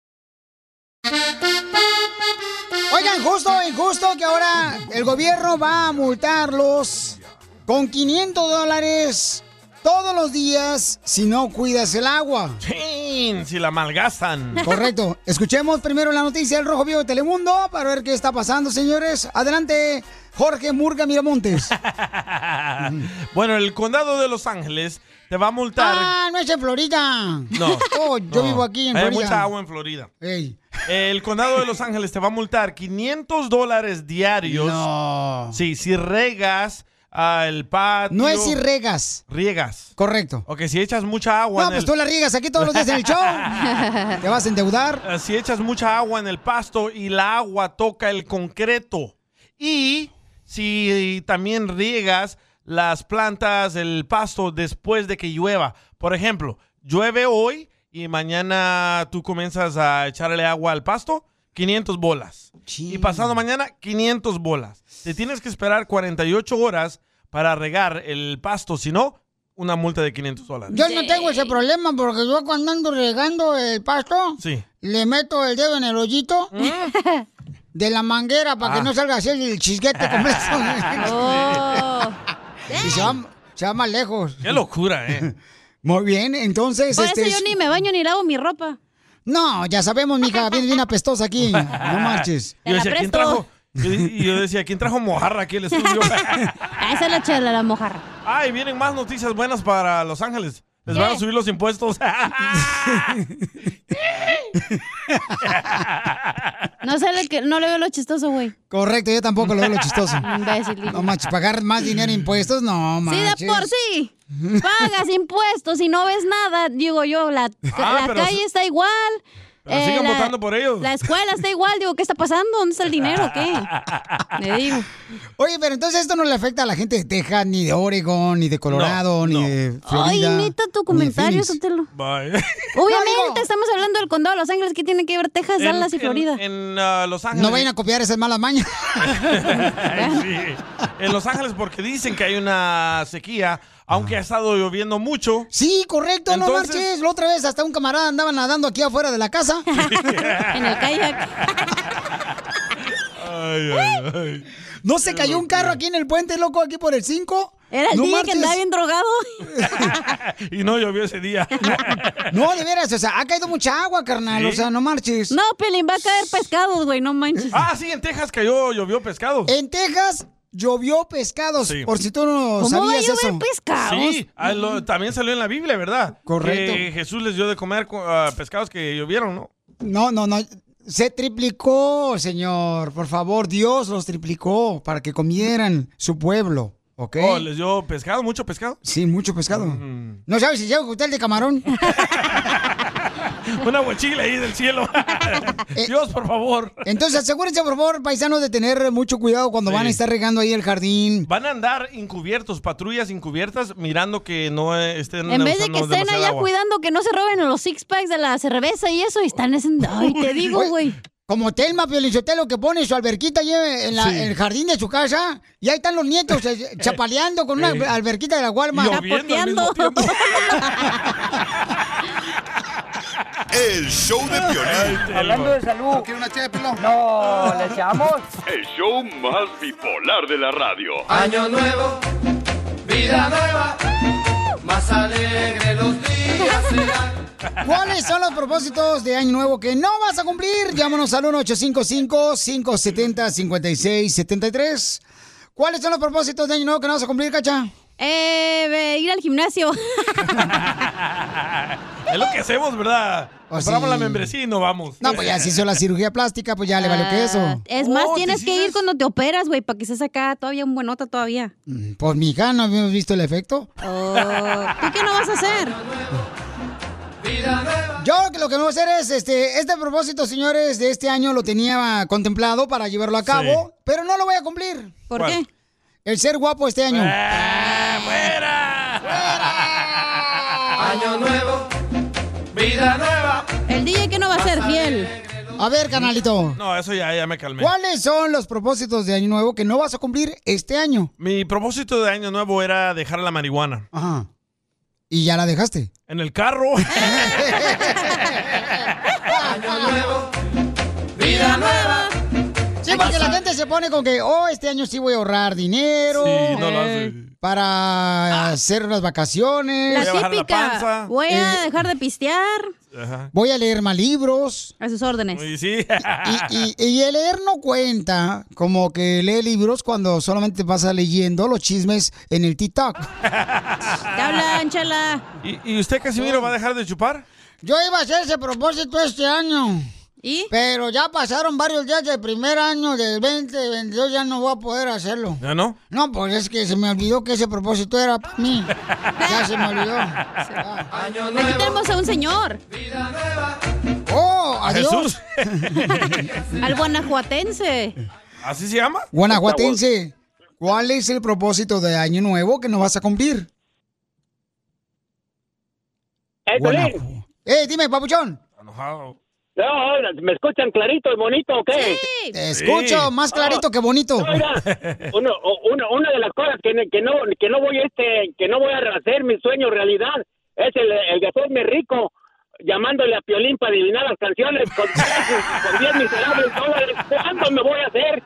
S1: Oigan, justo, injusto que ahora el gobierno va a multarlos con 500 dólares todos los días si no cuidas el agua.
S2: Chin, Si la malgastan.
S1: Correcto. Escuchemos primero la noticia del Rojo Vivo de Telemundo para ver qué está pasando, señores. Adelante, Jorge Murga Miramontes.
S2: bueno, el condado de Los Ángeles te va a multar.
S1: Ah, no es en Florida.
S2: No.
S1: Oh, yo
S2: no.
S1: vivo aquí en
S2: Hay
S1: Florida.
S2: mucha agua en Florida.
S1: Ey.
S2: El condado de Los Ángeles te va a multar 500 dólares diarios. Sí, si regas ah, el patio.
S1: No es si regas.
S2: Riegas.
S1: Correcto.
S2: Ok, si echas mucha agua.
S1: No,
S2: en
S1: pues
S2: el-
S1: tú la riegas aquí todos los días en el show. Te vas a endeudar.
S2: Ah, Si echas mucha agua en el pasto y la agua toca el concreto. Y si también riegas las plantas, el pasto después de que llueva. Por ejemplo, llueve hoy y mañana tú comienzas a echarle agua al pasto, 500 bolas. Y pasado mañana, 500 bolas. Te tienes que esperar 48 horas para regar el pasto, si no, una multa de 500 dólares.
S1: Yo no tengo ese problema porque yo cuando ando regando el pasto,
S2: Sí.
S1: le meto el dedo en el hoyito
S3: Mm.
S1: de la manguera para
S2: Ah.
S1: que no salga así el chisguete como eso.
S2: Oh.
S1: y se va, se va más lejos.
S2: Qué locura, ¿eh?
S1: Muy bien, entonces...
S3: Por
S1: este
S3: eso
S1: es-
S3: yo ni me baño ni lavo mi ropa.
S1: No, ya sabemos, mija, viene bien apestosa aquí. No marches.
S2: Yo decía, ¿quién trajo? Yo, y yo decía, ¿quién trajo mojarra aquí al estudio?
S3: Esa es la chela, la mojarra.
S2: Ay, vienen más noticias buenas para Los Ángeles. Les van a subir los impuestos.
S3: No sé le que, no le veo lo chistoso, güey.
S1: Correcto, yo tampoco lo veo lo chistoso.
S3: Imbécil.
S1: No manches, pagar más dinero en impuestos, no
S3: Sí,
S1: manches.
S3: de por sí. Pagas impuestos y no ves nada. Digo yo, la,
S2: Ah,
S3: la
S2: pero
S3: calle
S2: si-
S3: está igual. eh,
S2: pero sigan
S3: la-
S2: votando por ellos.
S3: La escuela está igual. Digo, ¿qué está pasando? ¿Dónde está el dinero? o ¿Qué? Le digo.
S1: Oye, pero entonces esto no le afecta a la gente de Texas, ni de Oregon, ni de Colorado, ni de Florida.
S3: Ay, neta, tu
S1: ni de
S3: comentario,
S1: Phoenix.
S3: Sotelo. Obviamente, estamos hablando del condado de Los Ángeles. ¿Qué tiene que ver Texas,
S2: En-
S3: Dallas y
S2: en-
S3: Florida?
S2: En, ah, Los Ángeles.
S1: No vayan a copiar esas malas mañas.
S2: Ay, sí. En Los Ángeles porque dicen que hay una sequía, aunque ha estado lloviendo mucho.
S1: Sí, correcto,
S2: Entonces-
S1: no marches. La otra vez hasta un camarada andaba nadando aquí afuera de la casa.
S3: en el kayak.
S2: Ay, ay, ay.
S1: No se cayó un carro aquí en el puente, loco, aquí por el 5.
S3: Era el
S1: no
S3: DJ que andaba bien drogado.
S2: Y no llovió ese día.
S1: No, de veras, o sea, ha caído mucha agua, carnal,
S2: Sí.
S1: o sea, no marches.
S3: No, Pelín, va a caer pescados, güey, no manches.
S2: Ah, sí, en Texas cayó, llovió pescado.
S1: En Texas llovió pescados,
S2: Sí.
S1: por si tú no sabías eso.
S2: Sí, ah, lo- también salió en la Biblia, ¿verdad?
S1: Correcto.
S2: Que Jesús les dio de comer cu- ah, pescados que llovieron, ¿no?
S1: No, no, no. Se triplicó, señor. Por favor, Dios los triplicó para que comieran su pueblo. ¿Ok?
S2: Oh, les dio pescado, mucho pescado.
S1: Sí, mucho pescado. No sabes si llevo hotel de camarón.
S2: Una huachila ahí del cielo.
S1: Eh,
S2: Dios, por favor.
S1: Entonces, asegúrense, por favor, paisanos, de tener mucho cuidado cuando
S2: Sí.
S1: van a estar regando ahí el jardín.
S2: Van a andar encubiertos, patrullas encubiertas, mirando que no eh, estén
S3: En vez de que
S2: usando
S3: estén
S2: demasiada
S3: allá
S2: agua.
S3: cuidando que no se roben los six packs de la cerveza y eso, y están haciendo. Ay, te digo,
S1: Oye,
S3: güey.
S1: Como Telma Piolichotelo que pone su alberquita ahí en,
S3: Sí.
S1: la- en el jardín de su casa. Y ahí están los nietos eh, chapaleando con una
S2: Eh.
S1: alberquita de la Walmart.
S2: Lloviendo al mismo
S5: El show de Piolín.
S19: Hablando de salud. ¿No una No, ¿le echamos?
S6: El show más bipolar de la radio.
S19: Año nuevo, vida nueva, más alegre los días serán.
S1: ¿Cuáles son los propósitos de Año Nuevo que no vas a cumplir? Llámanos al 1-855-570-5673. ¿Cuáles son los propósitos de Año Nuevo que no vas a cumplir, Cacha?
S3: Eh, ve, ir al gimnasio.
S2: Es lo que hacemos, ¿verdad?
S1: Oh,
S2: Compramos
S1: sí.
S2: la membresía y no vamos.
S1: No, pues ya se hizo la cirugía plástica, pues ya le valió que eso.
S3: Es
S2: Oh,
S3: más, tienes que ir cuando te operas, güey, para que seas acá todavía un buenota todavía.
S1: Pues mija, ¿no habíamos visto el efecto?
S3: Oh, ¿Tú qué no vas a hacer?
S1: Yo lo que- lo que me voy a hacer es, este, este propósito, señores, de este año lo tenía contemplado para llevarlo a cabo,
S12: Sí.
S1: pero no lo voy a cumplir.
S3: ¿Por
S12: ¿Cuál? Ah.
S1: qué? El ser guapo este año.
S2: ¡Ah,
S19: Año nuevo, vida nueva.
S3: El DJ que no va a ser fiel.
S1: A ver, canalito.
S2: No, eso ya, ya me calmé.
S1: ¿Cuáles son los propósitos de Año Nuevo que no vas a cumplir este año?
S2: Mi propósito de año nuevo era dejar la marihuana.
S1: Ajá. ¿Y ya la dejaste?
S2: En el carro.
S19: Año nuevo, vida nueva.
S1: Sí, porque la gente se pone con que, oh, este año sí voy a ahorrar dinero.
S2: Sí, no lo hace.
S1: Para hacer unas vacaciones.
S3: La típica. Voy
S1: Eh,
S3: a dejar de pistear.
S2: Ajá.
S1: Voy a leer más libros.
S3: A sus órdenes.
S2: Y sí.
S1: Y, y el leer no cuenta como que lee libros cuando solamente pasa leyendo los chismes en el TikTok.
S3: Te hablan, chala.
S2: ¿Y, y usted,
S1: Oh.
S2: Casimiro, va a dejar de chupar?
S1: Yo iba a hacer ese propósito este año.
S3: ¿Y?
S1: Pero ya pasaron varios días del primer año, del 2022, ya no voy a poder hacerlo.
S2: ¿Ya no?
S1: No, pues es que se me olvidó que ese propósito era para mí. Ya se me olvidó.
S3: Aquí tenemos a un señor.
S1: Oh, adiós.
S2: Jesús. Eh,
S3: Al guanajuatense.
S2: ¿Así se llama?
S1: Guanajuatense, ¿cuál es el propósito de año nuevo que no vas a cumplir?
S7: ¡Eh,
S1: Guanajuato.
S7: Piolín!
S1: Eh, dime, papuchón.
S17: No, ¿me escuchan clarito y bonito o qué?
S1: Te escucho más clarito que bonito.
S17: Uno- o- una, una de las cosas que, ne- que no que no voy este que no voy a hacer mi sueño realidad es el, el de hacerme rico llamándole a Piolín para adivinar las canciones con, con 10 miserables dólares. ¿Cuánto me voy a hacer?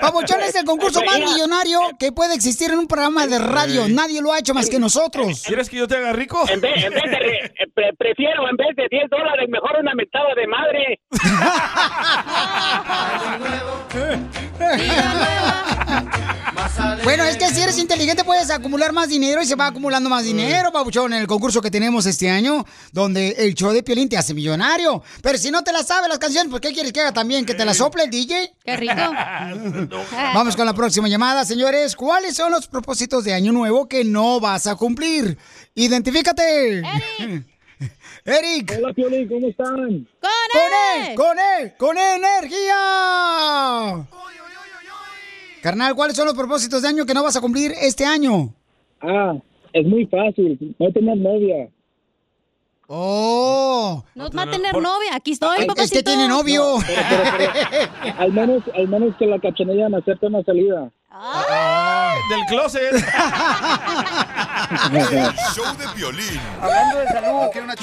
S1: Papuchón es el concurso más
S17: Mira,
S1: millonario que puede existir en un programa de radio.
S17: Ey.
S1: Nadie lo ha hecho más que nosotros.
S17: ¿Quieres que yo te haga rico? En vez, en vez de, eh, pre- prefiero en vez de 10 dólares mejor una mentada de madre.
S1: Bueno, es que si eres inteligente puedes acumular más dinero y se va acumulando más dinero, Papuchón, en el concurso que tenemos este año, donde el show de Piolín te hace millonario. Pero si no te las sabe las canciones, ¿por qué quieres que haga también? ¿Que te las sople el DJ?
S3: Qué
S22: rico.
S1: Vamos con la próxima llamada, señores. ¿Cuáles son los propósitos de Año Nuevo que no vas a cumplir? Identifícate. Eric. Hola, Piolín, ¿cómo están? ¡Con E. él! ¡Con él! ¡Con energía! Carnal, ¿cuáles son los propósitos de año que no vas a cumplir este año? Ah, es muy fácil, no tener novia. Oh.
S3: No va a tener novia, aquí estoy, papacito.
S1: Es que tiene novio.
S8: al menos, al menos que la cachanilla me acepte una salida.
S2: Del closet.
S8: El
S23: show de violín.
S24: Hablando de salud. una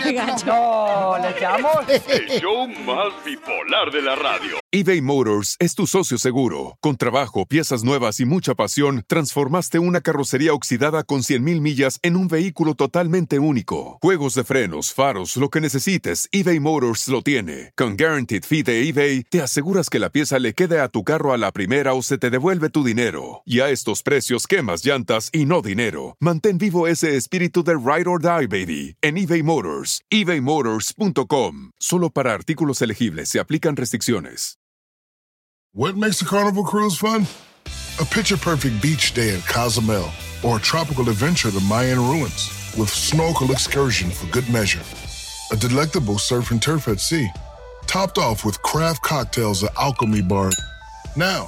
S24: No, ¿le echamos?
S6: El show más bipolar de la radio.
S25: eBay Motors es tu socio seguro. Con trabajo, piezas nuevas y mucha pasión, transformaste una carrocería oxidada con 100.000 millas en un vehículo totalmente único. Juegos de frenos, faros, lo que necesites, eBay Motors lo tiene. Con Guaranteed Fee de eBay, te aseguras que la pieza le quede a tu carro a la primera o se te devuelve tu dinero. Y a estos precios, quemas llantas y no dinero. Mantén vivo ese espíritu de Ride or Die, baby, en eBay Motors. ebaymotors.com. Solo para artículos elegibles se aplican restricciones.
S26: What makes a carnival cruise fun? A picture perfect beach day at Cozumel or a tropical adventure to Mayan ruins with snorkel excursion for good measure. A delectable surf and turf at sea, topped off with craft cocktails at Alchemy Bar. Now,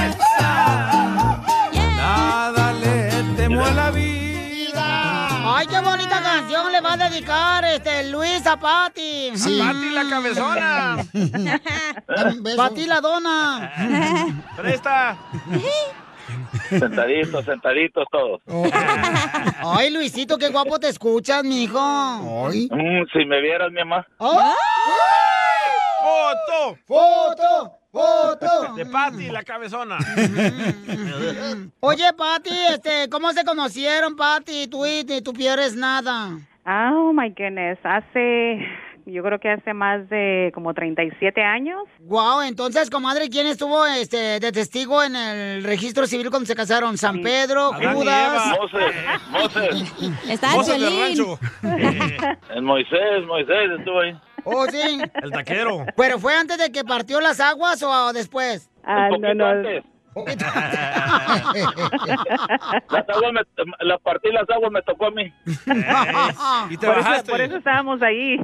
S7: Nada le temo a la vida.
S11: Ay, qué bonita canción le va a dedicar este Luis a Pati.
S22: Sí. A Pati
S11: la
S22: cabezona.
S11: Pati la dona.
S17: Presta. Sentaditos, sentaditos todos.
S1: Oh.
S11: Ay, Luisito, qué guapo te escuchas, mijo. Oh. Ay.
S17: Mm, si me vieras, mi mamá.
S2: ¡Foto!
S11: ¡Foto! ¡Foto!
S2: De Patty, la cabezona.
S11: Mm. Oye, Pati, este, ¿cómo se conocieron, Pati? Tú y y tú pierdes nada.
S9: Oh my goodness, hace yo creo que hace más de como 37 años.
S11: Wow, entonces, comadre, ¿quién estuvo este, de testigo en el registro civil cuando se casaron? San Pedro,
S17: Adán y
S11: Judas.
S17: Eva. Moses, Moses.
S11: Está el Moses del Piolín. rancho.
S17: El Moisés, Moisés estuvo ahí.
S11: Oh, sí.
S17: El taquero.
S11: ¿Pero fue antes de que partió las aguas o ah, después?
S17: Ah, Un poquito no, no. antes.
S11: Poquito.
S17: Las aguas me, la partí las aguas me tocó a mí.
S9: y te Por eso- bajaste. por eso
S11: estábamos ahí.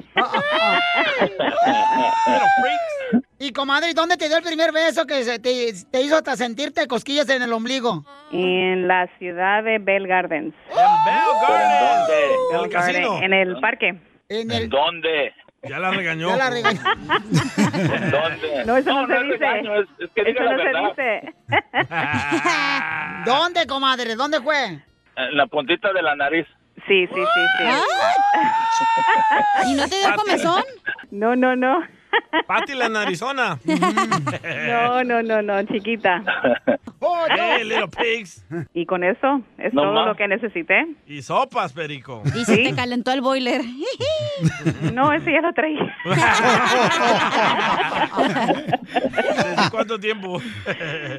S11: y comadre, ¿dónde te dio el primer beso que se te, te hizo hasta sentirte cosquillas en el ombligo?
S9: En la ciudad de Bell Gardens.
S17: ¿En
S9: Bell Garden, En el parque.
S11: En
S17: el... ¿Dónde? Ya la regañó. ¿En dónde?
S9: No, eso no, se
S17: es
S9: dice.
S17: regaño, es- es que diga
S9: eso
S17: la
S9: no
S17: verdad.
S9: se dice.
S11: ¿Dónde, comadre? ¿Dónde fue?
S17: En la puntita de la nariz.
S9: Sí, sí, sí, sí.
S11: Ah. ¿Y no te dio comezón?
S9: No, no, no.
S2: Patty, la narizona.
S9: No, no, no, no, chiquita.
S2: Hey, little pigs.
S9: Y con eso es
S2: No
S9: todo
S2: más.
S9: lo que necesité.
S2: Y sopas, Perico.
S9: Y
S3: Se te calentó el boiler.
S9: No, ese ya lo traía.
S2: ¿Desde cuánto tiempo?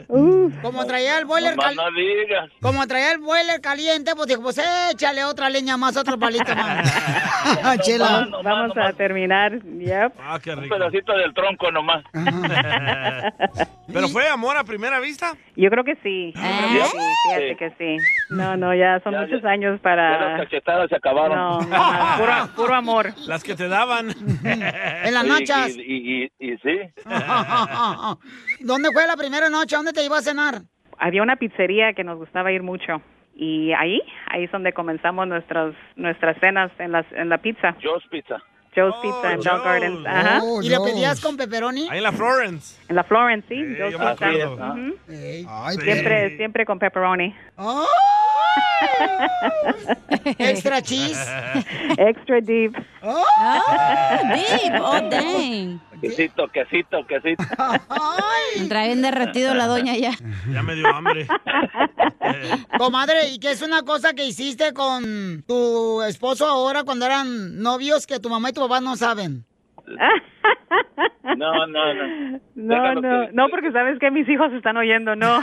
S9: Uh.
S11: Como traía el boiler
S17: Nomás
S11: caliente.
S17: no digas.
S11: Como traía el boiler caliente, pues dijo, pues échale otra leña más, otro palito más.
S9: Ah,
S11: Chela.
S9: Vamos, vamos a terminar. Yep.
S2: Ah, qué
S17: Un
S2: rico.
S17: pedacito del tronco nomás.
S2: ¿Pero fue amor a primera vista?
S9: Yo creo que Ah, sí. Yo creo que sí, fíjate que sí. No, no, ya son muchos años para...
S17: Las cachetadas se acabaron.
S9: No, no, puro, puro amor.
S2: Las que te daban.
S11: En las
S17: Y-
S11: nachas.
S17: Y, y- y- y sí.
S11: ¿Dónde fue la primera noche? ¿Dónde te iba a cenar?
S9: Había una pizzería que nos gustaba ir mucho. Y ahí, ahí es donde comenzamos nuestras nuestras cenas en, las, en la pizza.
S17: Joe's Pizza.
S9: Joe's Pizza
S2: Oh,
S9: en Bell Gardens. Ajá.
S11: ¿Y le pedías con pepperoni?
S2: Ahí Oh, en la Florence.
S9: En la Florence, sí. Joe's
S2: yo me
S9: Pizza.
S2: acuerdo.
S9: Ujú.
S2: sí.
S9: siempre, siempre con pepperoni.
S11: Extra cheese. ¡Ah!
S9: Extra deep.
S3: deep. Oh, dang.
S17: Quesito, quesito, quesito.
S3: Trae bien derretido la doña ya.
S2: Ya me dio hambre.
S11: Comadre, ¿y qué es una cosa que hiciste con tu esposo ahora cuando eran novios que tu mamá y tu papá no saben?
S17: No, no, no.
S9: Ah, No,
S17: Déjalo
S9: no,
S17: que-
S9: no, porque sabes que mis hijos están oyendo, no.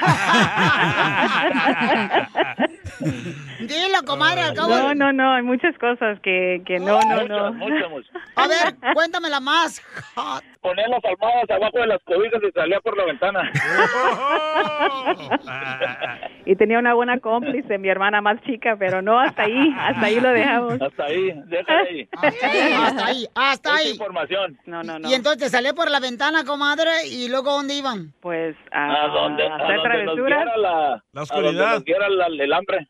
S11: Dilo, comadre, al cabo.
S9: No, no, no, hay muchas cosas que, que no, no, no.
S17: Muchas, muchas, muchas.
S11: A ver, cuéntamela más.
S17: Ponía las almohadas abajo de las cobijas y salía por la ventana.
S9: Y tenía una buena cómplice, mi hermana más chica, pero no, hasta ahí, hasta ahí lo dejamos.
S17: Hasta ahí, déjala ahí.
S11: Hasta ahí, hasta
S17: Mucha
S11: ahí.
S17: información.
S9: No, no, no.
S11: Y entonces salí por la ventana, comadre, y luego ¿dónde iban?
S9: Pues
S17: A donde, a
S9: hacer
S17: donde nos
S9: travesuras.
S17: diera la,
S2: La
S17: A donde
S2: oscuridad.
S17: nos diera la- el hambre.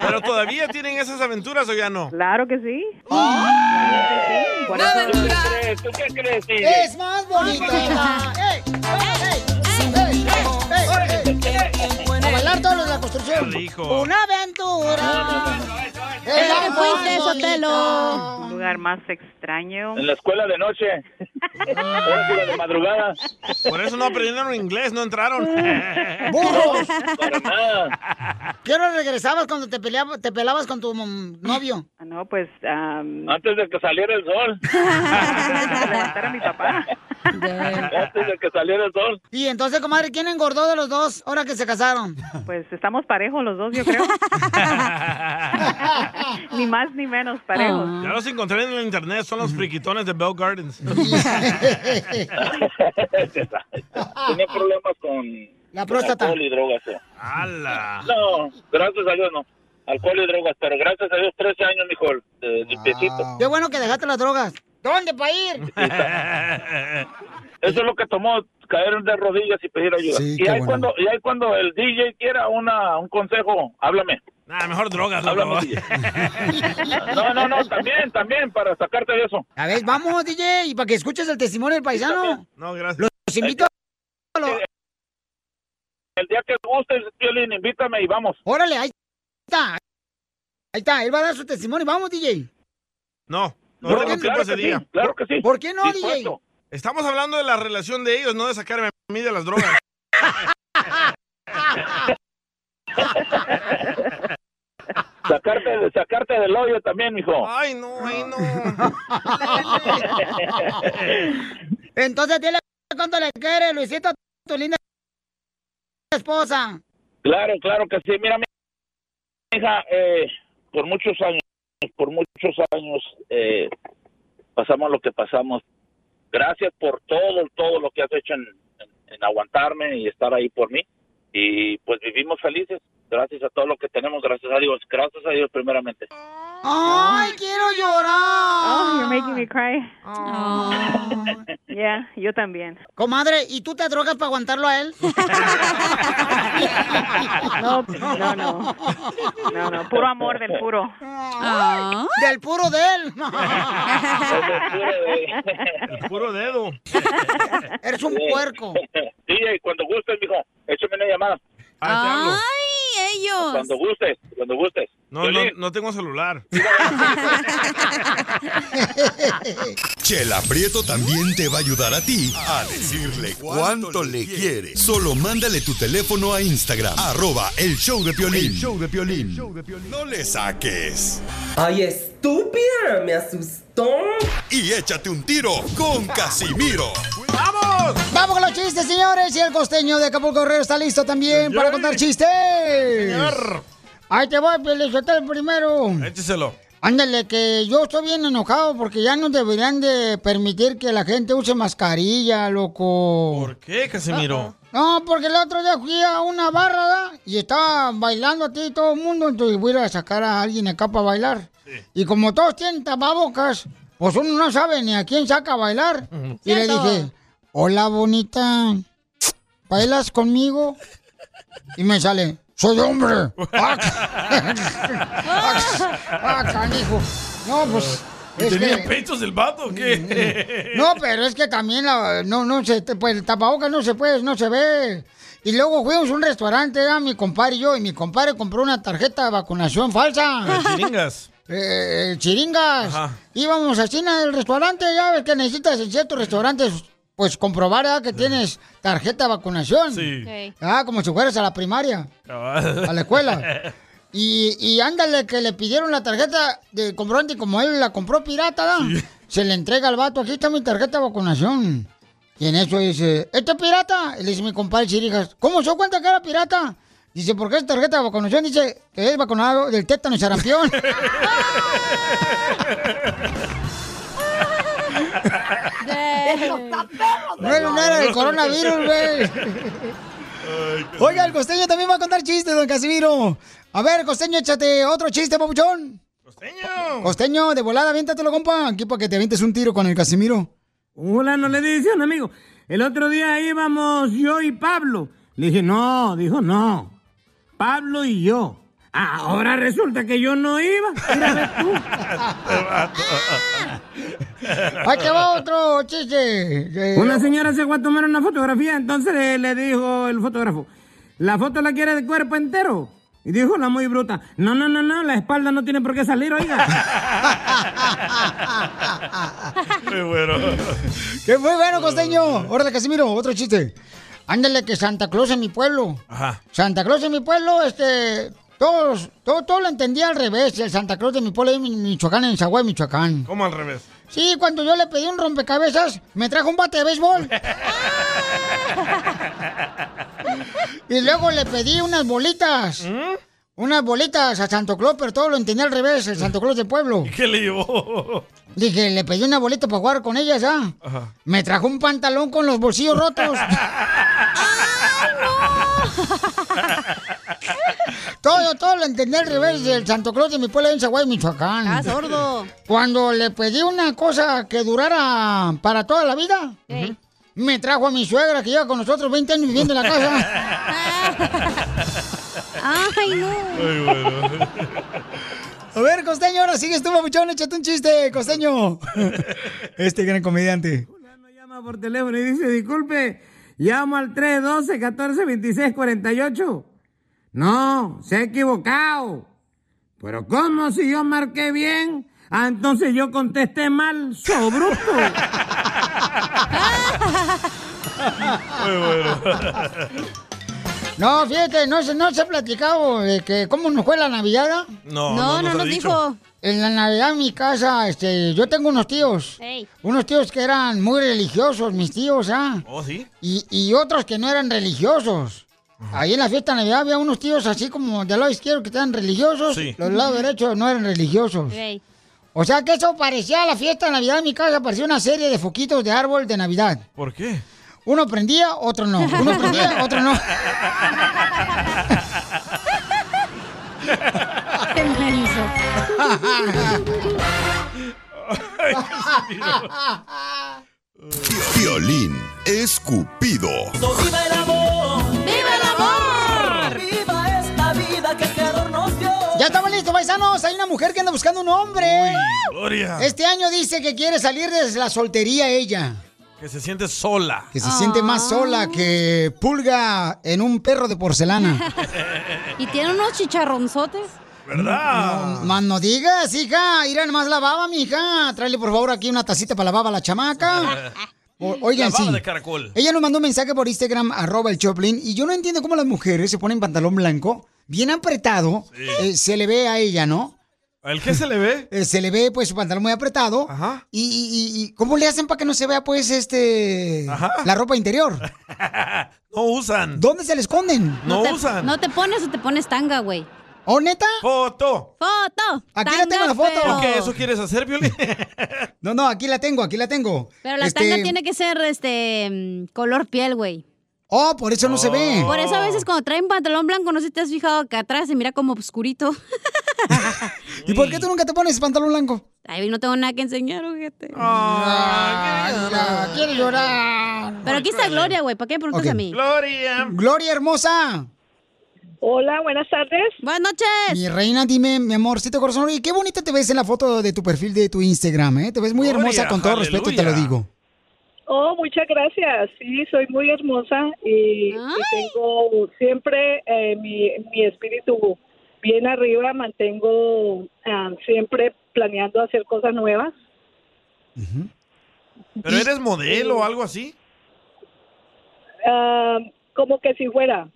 S2: ¿Pero todavía tienen esas aventuras o ya no?
S9: Claro que sí.
S17: ¿Tú qué crees? ¿Tú qué crees? Sí.
S11: Es más bonita. ¡Ey! ¡Ey! ¡Ey! ¡Ey! ¡Ey! ¡Ey! A bailar todos los de la construcción.
S2: Hijo.
S11: Una aventura.
S3: ¿Pero
S11: Es
S3: qué
S11: más
S3: fuiste,
S11: bonita.
S3: Sotelo?
S9: Un lugar más extraño.
S17: En la escuela de noche. Ahora sí, la de madrugada.
S2: Por eso no aprendieron inglés, no entraron.
S9: Uh.
S11: ¡Burros!
S17: Para nada.
S11: ¿Qué no regresabas cuando te, peleaba- te pelabas con tu mom- novio?
S9: No, pues... am,
S17: Antes de que saliera el sol. Antes de que saliera el sol.
S11: Y entonces, comadre, ¿quién engordó de los dos ahora que se casaron?
S9: Pues estamos parejos los dos, yo creo. ni más ni menos parejos.
S2: Ah. Ya los encontré en el internet, son los friquitones de Bell Gardens.
S17: Tenía problemas con...
S11: La
S17: con
S11: próstata.
S17: Alcohol y drogas. sí.
S2: ¡Hala!
S17: No, gracias a Dios no. Alcohol y drogas, pero gracias a Dios 13 años, mijo, de limpiecito.
S11: Ah. Qué bueno que dejaste las drogas. ¿Dónde para ir?
S17: Eso es lo que tomó caer de rodillas y pedir ayuda.
S2: Sí,
S17: y
S2: qué
S17: ahí
S2: bueno.
S17: cuando y ahí cuando el DJ quiera una un consejo, háblame.
S2: Nah, mejor drogas, loco.
S17: Háblame, DJ. No, no, no, también, también para sacarte de eso.
S11: A ver, vamos, DJ, y para que escuches el testimonio del paisano.
S2: No, gracias.
S11: Los invito a...
S17: El día que gustes, Piolín, invítame y vamos.
S11: Órale, ahí está. Ahí está, él va a dar su testimonio. Vamos, DJ.
S2: No, no,
S17: No,
S2: tengo
S17: claro
S2: tiempo
S17: que
S2: ese
S17: sí,
S2: día.
S17: claro que sí.
S11: ¿Por qué no,
S17: Dispuesto.
S2: Estamos hablando de la relación de ellos, no de sacarme a mí de las drogas.
S17: Sacarte, de- sacarte del hoyo también, mijo.
S2: Ay, no, ay, no.
S11: DJ? Entonces, dile cuánto le quieres, Luisito, tu linda esposa.
S17: Claro, claro que sí. Mira, mi hija, eh, por muchos años, por muchos años eh, pasamos lo que pasamos. Gracias por todo, todo lo que has hecho en, en- en aguantarme y estar ahí por mí. Y pues vivimos felices. Gracias a todo lo que tenemos, gracias a Dios, gracias a Dios primeramente.
S11: ¡Ay, quiero
S9: Oh, you're
S11: llorar!
S9: making me cry. Yeah, yo también.
S11: Comadre, ¿y tú te drogas para aguantarlo a él? Ah.
S9: No, no, no. No, no, puro amor del puro.
S11: Del puro de él.
S2: El puro dedo.
S11: Eres un puerco.
S17: DJ, cuando gustes, mijo, échame una llamada.
S2: Ah,
S3: ¡Ay,
S11: Ah.
S3: ellos!
S17: Cuando gustes, cuando gustes.
S2: te hablo. No, no, no tengo celular.
S5: Chela Prieto también te va a ayudar a ti a decirle cuánto le quiere. Solo mándale tu teléfono a Instagram, arroba el show de Piolín. No le saques.
S27: Ay, estúpida, me asustó.
S5: Y échate un tiro con Casimiro.
S11: Vamos con los chistes, señores. Y el costeño de Acapulco Guerrero está listo también para contar chistes.
S2: Señor.
S11: Ahí te voy, Pelizotelo, primero.
S2: Écheselo.
S1: Ándale, que yo estoy bien enojado porque ya no deberían de permitir que la gente use mascarilla, loco.
S2: ¿Por qué, Casimiro?
S1: No, porque el otro día fui a una barra ¿da? y estaba bailando a ti todo el mundo, entonces voy a ir a sacar a alguien acá para bailar. Y como todos tienen tapabocas, pues uno no sabe ni a quién saca a bailar. Y le
S12: Cierto.
S1: dije, hola bonita, ¿bailas conmigo? Y me sale, soy hombre. ¡Ah, ah, canijo! No, pues...
S2: ¿Y
S1: es
S2: tenía
S1: que- Mm,
S2: pechos el vato o qué?
S1: no, pero es que también la- no, no se, te- pues, el tapabocas no se puede, no se ve. Y luego fuimos a un restaurante, a mi compadre y yo, y mi compadre compró una tarjeta de vacunación falsa.
S2: Chiringas.
S1: Eh, eh, chiringas.
S2: Ajá.
S1: Íbamos a China del restaurante, ya ves que necesitas en ciertos restaurantes, pues comprobar ¿verdad? que tienes tarjeta de vacunación.
S12: Sí. Ok.
S1: Ah, como si fueras a la primaria.
S12: A
S1: la escuela. Y, y ándale, que le pidieron la tarjeta de comprobante y como él la compró pirata, ¿da? se le entrega al vato, aquí está mi tarjeta de vacunación. Y en eso dice, ¿este es pirata? Y le dice mi compadre Chirijas, ¿cómo se dio cuenta que era pirata? Dice, ¿por qué es tarjeta de vacunación? Dice, que es vacunado del tétano y sarampión. no era no era del coronavirus, güey. Oiga, el costeño también va a contar chistes, don Casimiro. A ver, costeño, échate otro chiste, papuchón. Costeño. Costeño, de volada, aviéntatelo, compa. Aquí para que te avientes un tiro con el Casimiro.
S13: Hola, no le dice un amigo. El otro día íbamos yo y Pablo. Le dije, no, dijo, no. Pablo y yo. Ahora resulta que yo no iba. Mira, ves tú.
S1: Ahí te Ah, va otro chiste. Eh,
S13: Una señora se fue a tomar una fotografía, entonces eh, le dijo el fotógrafo, ¿la foto la quiere de cuerpo entero? Y dijo la muy bruta, no, no, no, no, la espalda no tiene por qué salir, oiga.
S2: Muy bueno.
S1: Que muy bueno,
S3: Ah.
S1: costeño. Órale, Casimiro, otro chiste. Ándale, que Santa Claus en mi pueblo.
S2: Ajá.
S1: Santa Claus en mi pueblo, este. Todos, todo, todo lo entendía al revés. El Santa Claus de mi pueblo, ahí en Michoacán, en Zaguay, Michoacán.
S2: ¿Cómo al revés?
S1: Sí, cuando yo le pedí un rompecabezas, me trajo un bate de béisbol. Y luego le pedí unas bolitas.
S2: ¿Mm?
S1: Unas bolitas a Santo Claus, pero todo lo entendía al revés, el Santo Claus del pueblo.
S2: ¿Qué le llevó?
S1: Dije, le pedí una bolita para jugar con ellas, ¿ah?
S2: Ajá.
S1: Me trajo un pantalón con los bolsillos rotos. Todo, todo lo entendí al revés del Santo Claus de mi pueblo en Zaguay, Michoacán.
S3: Ah, sordo.
S1: Cuando le pedí una cosa que durara para toda la vida, me trajo a mi suegra que lleva con nosotros 20 años viviendo en la casa.
S3: Ay, no.
S2: Muy bueno.
S1: A ver, costeño, ahora sigues tú, papuchón, échate un chiste, costeño. Este gran comediante.
S13: Llama por teléfono y dice, disculpe, llamo al 312 14 26 48. No, se ha equivocado. Pero ¿cómo si yo marqué bien? Ah, entonces yo contesté mal, sobruto.
S2: Muy bueno.
S1: No, fíjate, no, se- no se ha platicado de que cómo nos fue la Navidad. ¿ah?
S2: No, no No, no nos nos ha dicho. dijo.
S1: En la Navidad en mi casa, este, yo tengo unos tíos.
S3: Ey.
S1: Unos tíos que eran muy religiosos, mis tíos, ¿ah?
S2: ¿Oh, sí?
S1: Y, y otros que no eran religiosos. Ahí en la fiesta de Navidad había unos tíos así como del lado izquierdo que eran religiosos,
S12: Sí.
S1: los del lado derecho no eran religiosos. O sea que eso parecía la fiesta de Navidad en mi casa, parecía una serie de foquitos de árbol de Navidad.
S2: ¿Por qué?
S1: Uno prendía, otro no. Uno prendía, otro no.
S5: Violín escupido.
S12: ¡Viva el amor! ¡Viva el amor! ¡Viva esta vida que el Creador nos dio!
S1: Ya estamos listos, paisanos. Hay una mujer que anda buscando un hombre.
S2: Gloria.
S1: Este año dice que quiere salir desde la soltería ella.
S2: Que se siente sola.
S1: Que se siente
S2: Ah.
S1: más sola que pulga en un perro de porcelana.
S3: Y tiene unos chicharronzotes.
S1: No, más no digas, hija. Ir más la baba, mija. Tráele, por favor, aquí una tacita para la baba a la chamaca. O- oigan,
S2: La baba
S1: sí.
S2: de caracol.
S1: Ella nos mandó un mensaje por Instagram, arroba el Choplin, y yo no entiendo cómo las mujeres se ponen pantalón blanco, bien apretado, eh, se le ve a ella, ¿no?
S2: ¿El qué se le ve?
S1: Eh, se le ve, pues, su pantalón muy apretado. Y, y- y- y cómo le hacen para que no se vea, pues, este... La ropa interior.
S2: No usan.
S1: ¿Dónde se le esconden?
S3: te, No te pones o te pones tanga, güey.
S1: ¿O neta?
S2: Foto.
S3: Foto.
S1: Aquí la tengo la foto.
S2: ¿Por qué eso quieres hacer, Violín?
S1: No, no, aquí la tengo, aquí la tengo.
S3: Pero la
S1: Este,
S3: tanga tiene que ser este mm, color piel, güey.
S1: Oh, por eso no se ve.
S3: Por eso a veces cuando traen pantalón blanco, no sé si te has fijado que atrás se mira como oscurito.
S1: ¿Y por qué tú nunca te pones pantalón blanco?
S3: Ay, no tengo nada que enseñar, ojete.
S1: Ah, quiero llorar.
S3: Pero aquí está Gloria, güey. ¿Para qué me preguntas
S1: Ok.
S3: a mí?
S2: Gloria.
S1: Gloria hermosa.
S9: Hola, buenas tardes.
S3: Buenas noches.
S1: Mi reina, dime, mi amorcito corazón, oye, qué bonita te ves en la foto de tu perfil de tu Instagram, ¿eh? Te ves muy hermosa,
S9: Gloria,
S1: con todo respeto te lo
S9: aleluya.
S1: digo.
S9: Oh, muchas gracias. Sí, soy muy hermosa y, y
S3: Ah.
S9: tengo siempre eh, mi, mi espíritu bien arriba. Mantengo ah, siempre planeando hacer cosas nuevas.
S2: ¿Pero eres modelo o algo así?
S9: Ah, como que si fuera.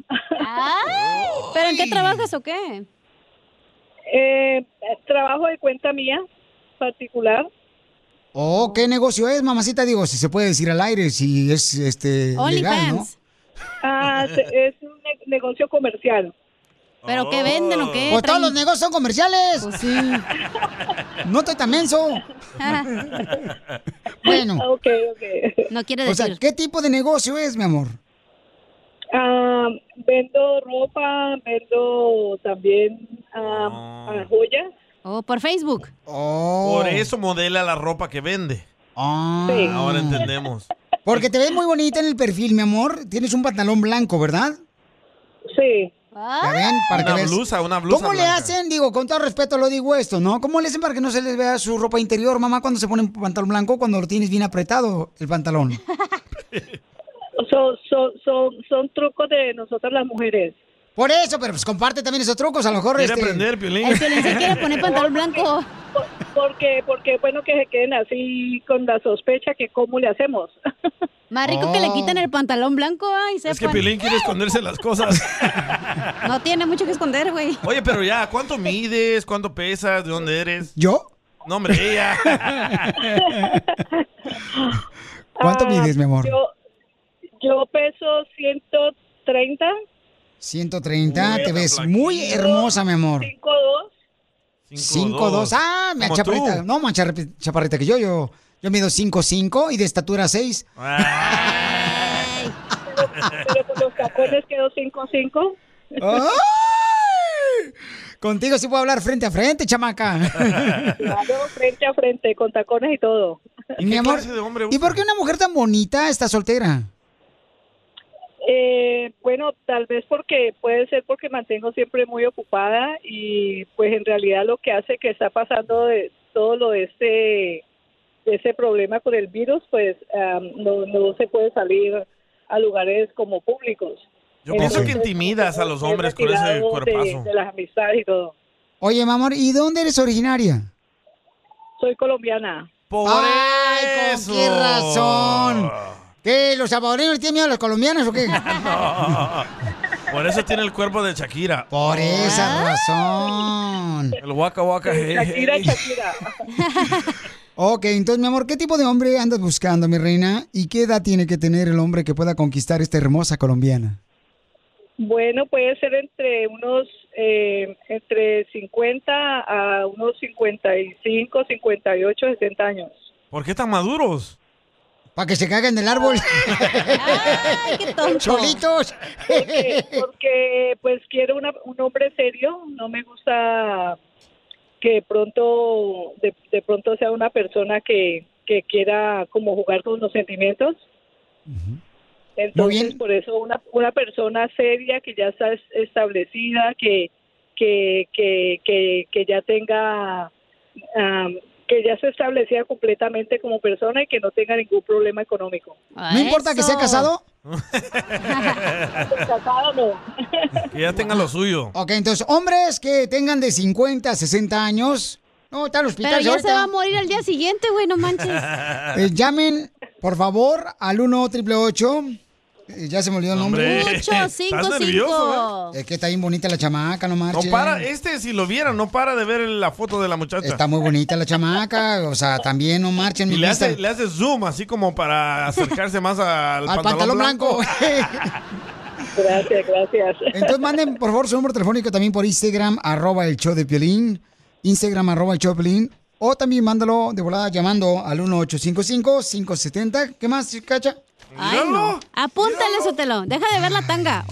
S3: ¿Pero en qué trabajas o qué?
S9: Eh, trabajo de cuenta mía particular.
S1: Oh, qué negocio es, mamacita, digo, si se puede decir al aire, si es, este, legal, ¿no?
S9: Ah, te- es un ne- negocio comercial.
S3: ¿Pero qué venden o qué? Pues
S1: Pues todos los negocios son comerciales. sí. No estoy tan menso. bueno.
S9: Ok, ok.
S3: No quiere
S1: O sea, ¿qué tipo de negocio es, mi amor?
S9: Ah, vendo ropa, vendo también ah, ah, joyas.
S3: Oh, por Facebook.
S1: Oh.
S2: Por eso modela la ropa que vende.
S1: Ah.
S9: Sí.
S2: Ahora entendemos.
S1: Porque te ves muy bonita en el perfil, mi amor. Tienes un pantalón blanco, ¿verdad?
S9: Sí.
S1: ¿Ya ven? Para que
S2: una
S1: veas.
S2: blusa, una blusa.
S1: ¿Cómo le
S2: blanca.
S1: hacen? Digo, con todo respeto lo digo esto, ¿no? ¿Cómo le hacen para que no se les vea su ropa interior, mamá, cuando se pone un pantalón blanco, cuando lo tienes bien apretado el pantalón?
S9: Son, son, son, son trucos de nosotras las mujeres.
S1: Por eso, pero pues comparte también esos trucos, a lo mejor
S2: Quiere
S1: este...
S2: aprender, Piolín. El Piolín
S9: se quiere
S3: poner pantalón blanco.
S9: Porque, porque bueno que se queden así con la sospecha que cómo le hacemos.
S3: Más rico que
S1: Oh.
S3: le quiten el pantalón blanco, ay,
S2: Es que
S3: sepan.
S2: Piolín quiere esconderse las cosas.
S3: No tiene mucho que esconder, güey.
S2: Oye, pero ya, ¿cuánto mides? ¿Cuánto pesas? ¿De dónde eres?
S1: ¿Yo?
S2: No, hombre, ella.
S1: ¿Cuánto mides, mi amor?
S9: Ah, Yo, yo peso 130,
S1: 130,
S9: Uy,
S1: te
S9: la
S1: ves muy hermosa, mi amor.
S9: 5'2".
S1: 5'2, ah, me
S9: Como
S1: chaparrita.
S9: tú.
S1: No, más charri- chaparrita que yo, yo, yo mido 5'5 y de estatura 6.
S2: Ah.
S9: Pero con los tacones quedó 5'5".
S1: ¡Ay! Contigo sí puedo hablar frente a frente, chamaca.
S9: Claro, frente a frente, con tacones y todo.
S1: Mi amor, ¿y por qué una mujer tan bonita está soltera?
S9: Eh, bueno, tal vez porque puede ser porque mantengo siempre muy ocupada y pues en realidad lo que hace que está pasando de todo lo de este de ese problema con el virus, pues am, no, no se puede salir a lugares como públicos.
S2: Yo pienso que
S9: Entonces,
S2: intimidas a los hombres con ese
S9: retirado de-
S2: cuerpazo.
S9: de las amistades y todo.
S1: Oye, mi amor, ¿y dónde eres originaria?
S9: Soy colombiana.
S2: Por
S1: ¡Ay, con qué razón! ¿Qué, los salvadoreños tienen miedo a los colombianos o qué?
S2: No. Por eso tiene el cuerpo de Shakira.
S1: Por esa razón.
S2: El waka waka. hey, hey.
S1: Ok, entonces, mi amor, ¿qué tipo de hombre andas buscando, mi reina? ¿Y qué edad tiene que tener el hombre que pueda conquistar esta hermosa colombiana?
S9: Bueno, puede ser entre unos eh, entre 50 a unos 55, 58, 60 años.
S2: ¿Por qué tan maduros?
S1: Para que se caguen del árbol.
S9: qué
S1: tonto. Solitos.
S9: Porque, porque, pues quiero una- un hombre serio, no me gusta que de pronto de, de pronto sea una persona que, que quiera como jugar con los sentimientos. Entonces, por eso una, una persona seria que ya está es- establecida, que que, que, que, que ya tenga am, que ya se establecida completamente como persona y que no tenga ningún problema económico.
S1: ¿No importa que sea casado?
S9: Casado no.
S2: Que ya tenga lo suyo.
S1: Ok, entonces, hombres que tengan de 50 a 60 años. No, está en el hospital
S3: Pero ya
S1: ahorita.
S3: se va a morir al día siguiente, güey, no manches.
S1: Eh, llamen, por favor, al 1 eh, Ya se me olvidó el nombre.
S2: Hombre, Ocho, cinco, estás nervioso, eh?
S1: Es que está bien bonita la chamaca, no
S2: No
S1: marches.
S2: para, este si lo viera, no para de ver la foto de la muchacha.
S1: Está muy bonita la chamaca, o sea, también no marchen.
S2: Y
S1: mi
S2: le hace,
S1: Instagram.
S2: le hace zoom, así como para acercarse más al,
S1: Al pantalón blanco.
S9: Gracias, gracias.
S1: Entonces manden, por favor, su número telefónico también por Instagram, arroba el show de Piolín, Instagram, arroba el show de Piolín, o también mándalo de volada llamando al 1855-570, ¿qué más, Cacha?
S3: Ay, no. Apúntale, Sotelo. Deja de ver la tanga.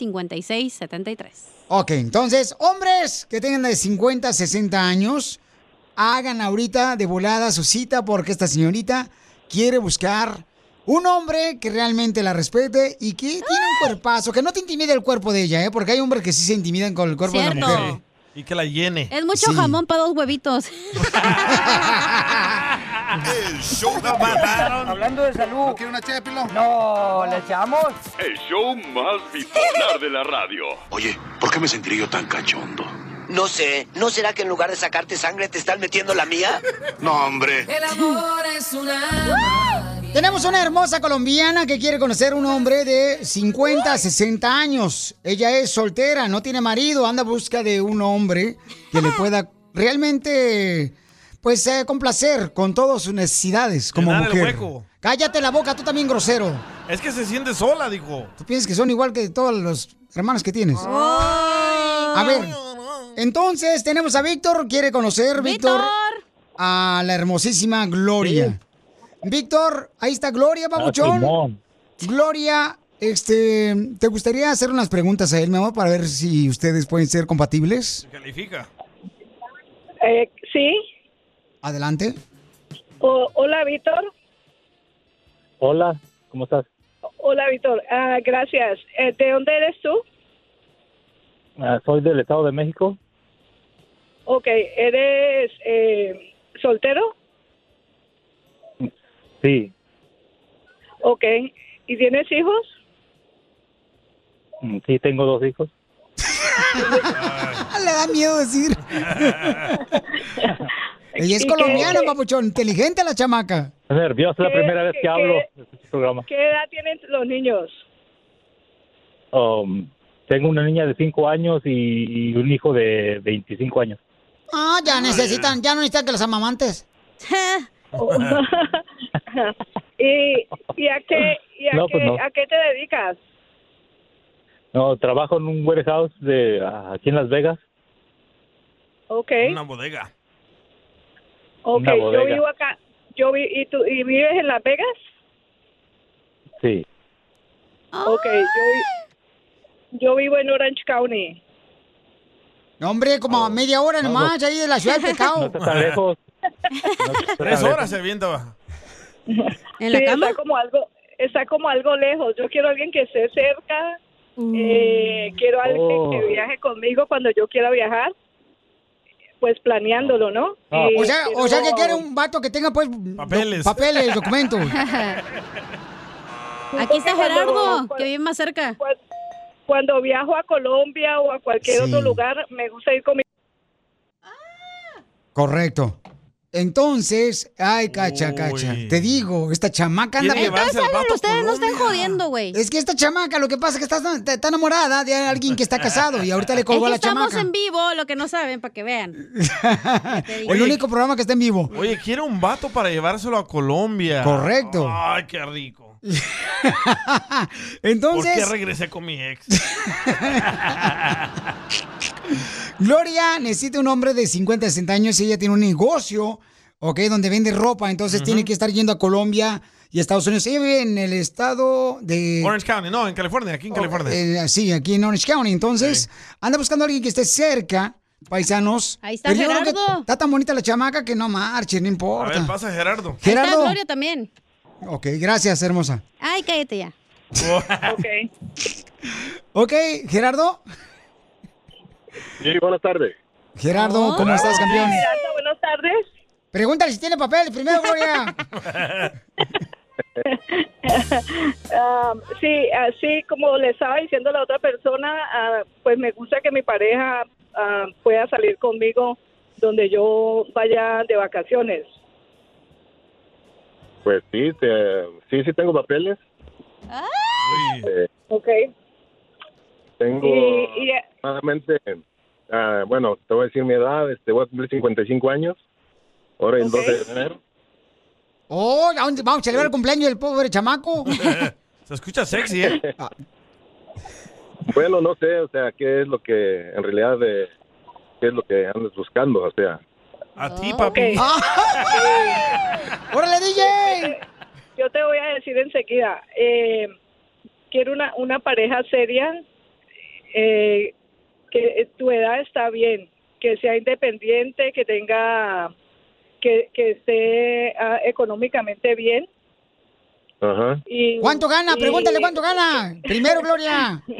S3: 855-570-5673.
S1: Ok, entonces, hombres que tengan de 50 a 60 años, hagan ahorita de volada su cita porque esta señorita quiere buscar un hombre que realmente la respete y que tiene un cuerpazo, que no te intimide el cuerpo de ella, ¿eh? porque hay hombres que sí se intimidan con el cuerpo de la mujer.
S2: Y que la llene.
S3: Es mucho jamón para dos huevitos.
S5: El show de
S19: Hablando de salud. ¿No una No, ¿le echamos?
S6: El show más bipolar de la radio.
S14: Oye, ¿por qué me sentiré yo tan cachondo?
S28: No sé, ¿no será que en lugar de sacarte sangre te están metiendo la mía?
S14: No, hombre.
S28: El amor es
S1: Tenemos una hermosa colombiana que quiere conocer un hombre de 50 a 60 años. Ella es soltera, no tiene marido, anda en busca de un hombre que le pueda realmente, pues, eh, complacer con todas sus necesidades como
S2: Llenar el
S1: mujer.
S2: hueco.
S1: Cállate la boca, tú también grosero.
S2: Es que se siente sola, dijo.
S1: Tú piensas que son igual que todos los hermanos que tienes.
S2: Oh.
S1: A ver, entonces tenemos a Víctor, quiere conocer, Víctor, a la hermosísima Gloria. Víctor, ahí está Gloria, babuchón.
S17: Ah, Simón.
S1: Gloria, este, ¿te gustaría hacer unas preguntas a él, mi amor, para ver si ustedes pueden ser compatibles?
S2: Califica.
S9: Eh, sí,
S1: Adelante.
S9: O- hola Víctor.
S17: Hola, ¿cómo estás?
S9: Hola Víctor, Ah, gracias. Eh, ¿De dónde eres tú?
S17: Ah, soy del Estado de México.
S9: Ok, ¿eres eh, soltero?
S17: Sí,
S9: Ok, ¿y tienes hijos?
S17: mm, sí, tengo dos hijos.
S1: Le da miedo decir. Ella es
S9: ¿Y
S1: colombiana,
S9: qué-
S1: papuchón, inteligente la chamaca.
S17: Es nervioso, es la
S9: ¿Qué-
S17: primera vez
S9: qué-
S17: que hablo de este programa.
S9: ¿Qué edad tienen los niños?
S17: Um, tengo una niña de 5 años y, y un hijo de 25 años.
S1: Ah, ya necesitan, ya no necesitan que los amamantes.
S9: ¿Y, y a qué, y a
S17: No,
S9: qué,
S17: pues no.
S9: a qué te dedicas?
S17: No, trabajo en un warehouse de ah, aquí en Las Vegas.
S9: Ok,
S2: Una bodega.
S9: ok,
S17: una
S9: yo
S17: bodega.
S9: vivo acá. Yo vi, ¿y, tú, ¿Y vives en Las Vegas?
S17: Sí.
S1: Ah.
S9: Ok, yo, vi- yo vivo en Orange County.
S1: No, hombre,
S17: Oh,
S1: como a media hora nomás, ahí de la ciudad del
S17: No
S1: pecado.
S17: está tan lejos.
S2: Tres horas se avienta.
S9: ¿En la Está como, algo, está como algo lejos. Yo quiero alguien que esté cerca.
S1: Mm.
S9: Eh, quiero alguien que
S17: Oh.
S9: viaje conmigo cuando yo quiera viajar. Pues planeándolo, ¿no? Eh,
S17: Ah.
S9: Y
S1: O sea, o sea que
S9: quiero-
S1: quiere un vato que tenga pues do-
S17: Papeles.
S1: papeles, documentos.
S3: Aquí está
S9: Cuando-
S3: Gerardo,
S9: cuando-
S3: que vive más cerca.
S9: Cuando viajo a Colombia o a cualquier
S1: Sí.
S9: otro lugar, me gusta ir con mi...
S1: Correcto. Entonces, ay, cacha, cacha. Te digo, esta chamaca anda
S3: Entonces, hablan ustedes no están jodiendo, güey.
S1: pues? Es que esta chamaca, lo que pasa es que está, tan- está enamorada de alguien que está casado y ahorita le colgó
S3: Es
S1: a
S3: que
S1: la
S3: estamos
S1: chamaca.
S3: en vivo, lo que no saben, para que vean.
S1: El único programa que está en vivo.
S2: Oye, quiere un vato para llevárselo a Colombia.
S1: Correcto.
S2: Ay, qué rico. ¿Por qué
S1: Entonces,
S2: regresé con mi ex?
S1: Gloria necesita un hombre de 50, 60 años y ella tiene un negocio, ¿ok? Donde vende ropa, entonces tiene que estar yendo a Colombia y a Estados Unidos. Ella vive en el estado de...
S2: Orange County, no, en California, aquí Oh, en California.
S1: Eh, sí, aquí en Orange County. Entonces, anda buscando a alguien que esté cerca, paisanos.
S3: Ahí está
S1: yo creo que
S3: Gerardo.
S1: Está tan bonita la chamaca que no marche, no
S2: a
S1: importa.
S2: ver, pasa Gerardo.
S3: Ahí está
S1: Gerardo.
S3: Gloria también.
S1: Ok, gracias, hermosa.
S3: Ay, cállate ya.
S2: Oh.
S9: ok.
S1: Ok, Gerardo.
S29: Sí, buenas tardes.
S1: Gerardo,
S29: Oh.
S1: ¿cómo estás, campeón?
S9: Gerardo, buenas tardes.
S1: Pregúntale si tiene papel primero, Gloria.
S9: Ah, sí, así como le estaba diciendo la otra persona, ah, pues me gusta que mi pareja ah, pueda salir conmigo donde yo vaya de vacaciones.
S29: Pues sí, te- sí, sí tengo papeles. Eh,
S9: Ok.
S29: tengo
S9: Y- y-
S29: aproximadamente, ah, bueno, te voy a decir mi edad, este, voy a cumplir 55 años, ahora el 12 de enero.
S1: Oh, ¿a dónde vamos a celebrar el cumpleaños del pobre chamaco.
S2: Se escucha sexy, ¿eh?
S1: Ah.
S29: Bueno, no sé, o sea, qué es lo que en realidad eh, qué es lo que andas buscando, o sea.
S2: A ti, papi.
S1: ¡Órale,
S9: DJ! Yo te voy a decir enseguida. eh, quiero una, una pareja seria, eh, que eh, tu edad está bien, que sea independiente, que tenga, que, que esté ah, económicamente bien.
S29: Ajá.
S9: Y,
S1: ¿Cuánto gana?
S9: y-
S1: Pregúntale cuánto gana. Primero, Gloria.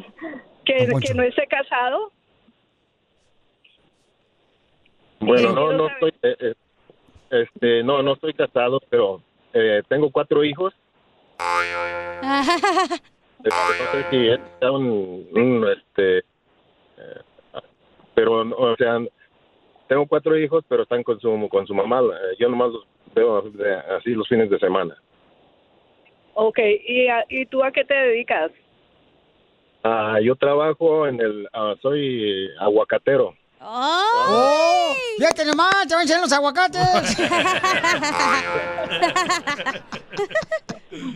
S9: Que,
S1: Don Poncho.
S9: que no esté casado.
S29: Bueno, no no estoy eh, eh, este no no estoy casado, pero eh, tengo cuatro hijos. Este, no sé si es ya un, un, este eh, pero no, o sea, tengo cuatro hijos, pero están con su con su mamá. Eh, Yo nomás los veo de- así los fines de semana.
S9: Ok, ¿Y, a- ¿y tú a qué te dedicas?
S29: Ah, yo trabajo en el ah, soy aguacatero.
S1: ¡Oh! Fíjate nomás, te van a enseñar los aguacates.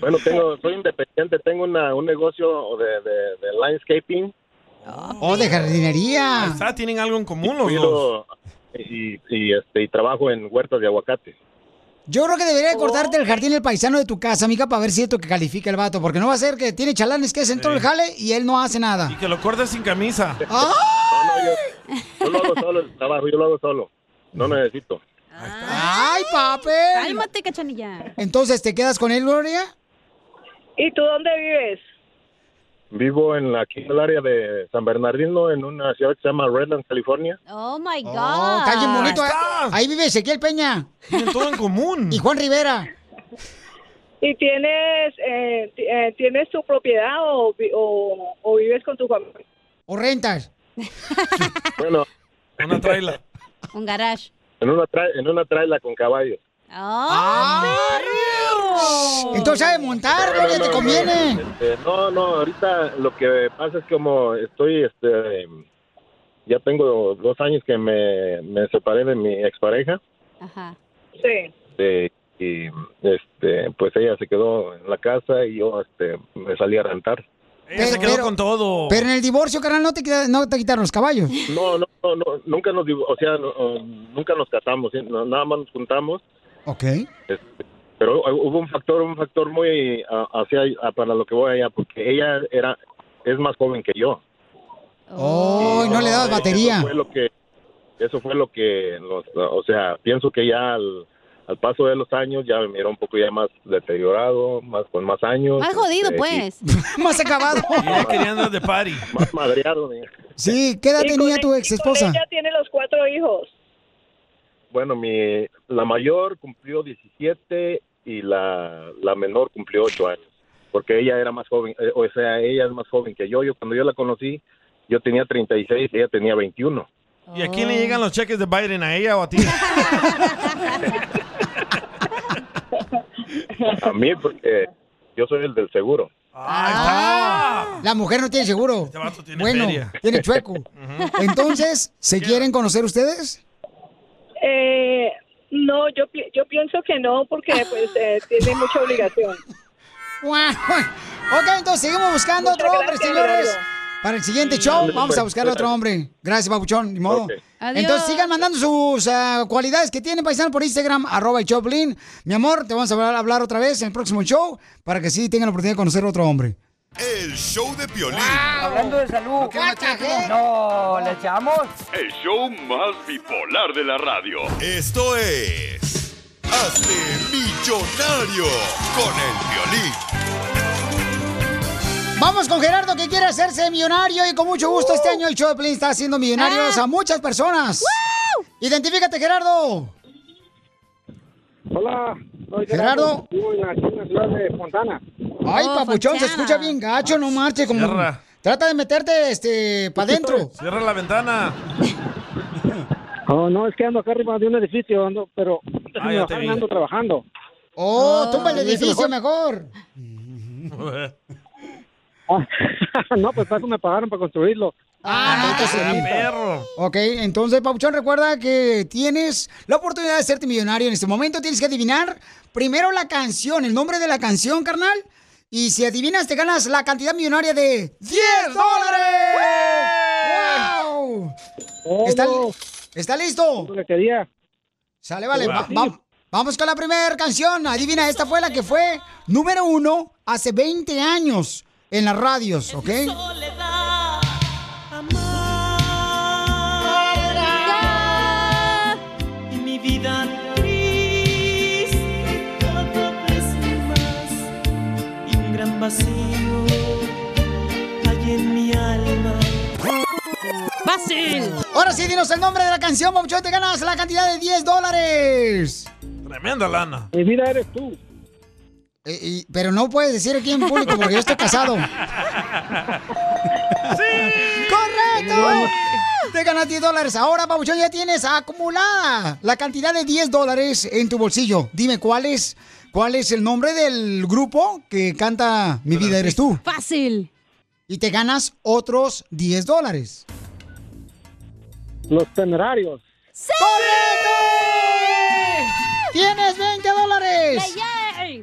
S29: Bueno, tengo, soy independiente, tengo una, un negocio de, de, de landscaping.
S1: ¡Oh, de jardinería!
S2: Está, Ah, tienen algo en común los dos.
S29: Cuido y, y, este, y trabajo en huertas de aguacate.
S1: Yo creo que debería de cortarte el jardín el paisano de tu casa, mica, para ver si es que califica el vato. Porque no va a ser que tiene chalanes que hacen todo el jale y él no hace nada.
S2: Que lo cortes sin camisa.
S29: Yo lo hago solo el trabajo, yo lo hago solo. No necesito.
S1: ¡Ay, papel!
S3: Cálmate, cachanilla.
S1: Entonces, ¿te quedas con él, Gloria?
S9: ¿Y tú dónde vives?
S29: Vivo en la, aquí en el área de San Bernardino, en una ciudad que se llama Redland, California.
S3: Oh my God.
S1: Oh, está bien bonito. ¿eh? Ahí vive Ezequiel Peña.
S2: Tienen todo en común.
S1: Y Juan Rivera.
S9: ¿Y tienes eh, ti- eh, tienes tu propiedad o, vi- o, o vives con tu familia?
S1: ¿O rentas?
S29: Bueno,
S2: una traila.
S3: Un garage.
S29: En una, tra- en una traila con caballos.
S1: Ah,
S3: Oh.
S1: Entonces sabe montar, Gloria, te conviene.
S29: Este, no, no, ahorita lo que pasa es como estoy, este, ya tengo dos años que me, me separé de mi expareja.
S3: Ajá.
S9: Sí.
S29: este, y este pues ella se quedó en la casa y yo este me salí a rentar
S2: Ella se quedó con todo.
S1: Pero en el divorcio, carnal, no te, quita- no te quitaron los caballos.
S29: no no no, no, nunca nos div- o sea no, eh, nunca nos casamos ¿sí? No, nada más nos juntamos
S1: Ok.
S29: este, pero hu- hubo un factor un factor muy ah, hacia ah, para lo que voy allá porque ella era es más joven que yo
S1: Oh, no le dabas
S29: Eso
S1: batería.
S29: fue lo que eso fue lo que nos- o sea pienso que ya al, al paso de los años ya me miró un poco ya más deteriorado más con más años
S3: Mal jodido,
S29: este, y
S3: pues.
S1: Más acabado.
S2: Ella quería andar de party.
S29: más madreado ¿eh? mira.
S1: Sí, ¿qué edad
S29: Y con
S1: tenía tu ex esposa?
S9: Ella tiene los cuatro hijos.
S29: Bueno, mi, la mayor cumplió 17 y la, la menor cumplió 8 años, porque ella era más joven, eh, o sea, ella es más joven que yo. Yo cuando yo la conocí, yo tenía 36 y ella tenía 21.
S2: ¿Y a
S1: Oh.
S2: quién le llegan los cheques de Biden? ¿A ella o a ti?
S29: A mí, porque yo soy el del seguro.
S1: La mujer no tiene seguro. bueno,
S29: feria.
S1: tiene chueco. Entonces, ¿se quieren conocer ustedes?
S9: Eh, no, yo, pi- yo pienso que no, porque pues eh, tiene mucha obligación.
S1: Guau. ok, entonces seguimos buscando
S9: Muchas
S1: otro hombre,
S9: gracias,
S1: señores.
S9: Eduardo.
S1: Para el siguiente show
S11: Ándale,
S1: vamos a
S11: pues,
S1: buscar a otro
S11: ándale.
S1: hombre. Gracias, Papuchón, ni modo.
S11: Ok.
S3: Adiós.
S1: Entonces sigan mandando sus ah, cualidades que tienen paisano por Instagram, arroba el Choplin. Mi amor, te vamos a hablar, hablar otra vez en el próximo show para que sí tengan la oportunidad de conocer a otro hombre.
S5: El show de Piolín.
S19: Hablando de salud. No, ¿le echamos?
S6: El show más bipolar de la radio.
S5: Esto es. Hazte millonario con el violín.
S1: Vamos con Gerardo que quiere hacerse millonario y con mucho gusto este año el show de Piolín está haciendo millonarios a muchas personas. Identifícate, Gerardo.
S25: Hola, soy
S1: Gerardo.
S25: Vivo en la- aquí en la ciudad de Fontana.
S1: Ay,
S29: Oh,
S1: papuchón, se escucha bien gacho, no marche como...
S2: Cierra.
S1: Trata de meterte este para adentro.
S2: Cierra la ventana.
S25: Oh, no, es que ando acá arriba de un edificio, ando, pero
S2: Ah, ya te
S25: trabajando,
S2: vi.
S25: ando trabajando. Ah,
S1: Oh, tumba el
S25: ¿me dice
S1: edificio mejor.
S25: Ah, no, pues para eso me pagaron para construirlo.
S1: Ah, entonces, Ok, entonces, Papuchón, recuerda que tienes la oportunidad de hacerte millonario en este momento. Tienes que adivinar primero la canción, el nombre de la canción, carnal. Y si adivinas, te ganas la cantidad millonaria de 10 dólares. ¡Wow! ¿Está, está listo? Sale, vale.
S12: Wow.
S1: va- va- vamos con la primera canción. Adivina, esta fue la que fue número uno hace 20 años en las radios, ¿ok?
S12: Y mi vida triste cada vez más Y un gran vacío hay en mi alma
S1: ¡Fácil! Ahora sí, dinos el nombre de la canción, Papuchón. Te ganas la cantidad de 10 dólares.
S2: Tremenda lana.
S1: Mi vida eres tú. Eh, pero no puedes decir aquí en público porque yo estoy casado. ¡Correcto! Te ganas 10 dólares. Ahora, Pabuchón, ya tienes acumulada la cantidad de 10 dólares en tu bolsillo. Dime, ¿cuál es, cuál es el nombre del grupo que canta Mi vida eres tú? Fácil. Y te ganas otros 10 dólares. Los temerarios. ¡Tienes 20 dólares!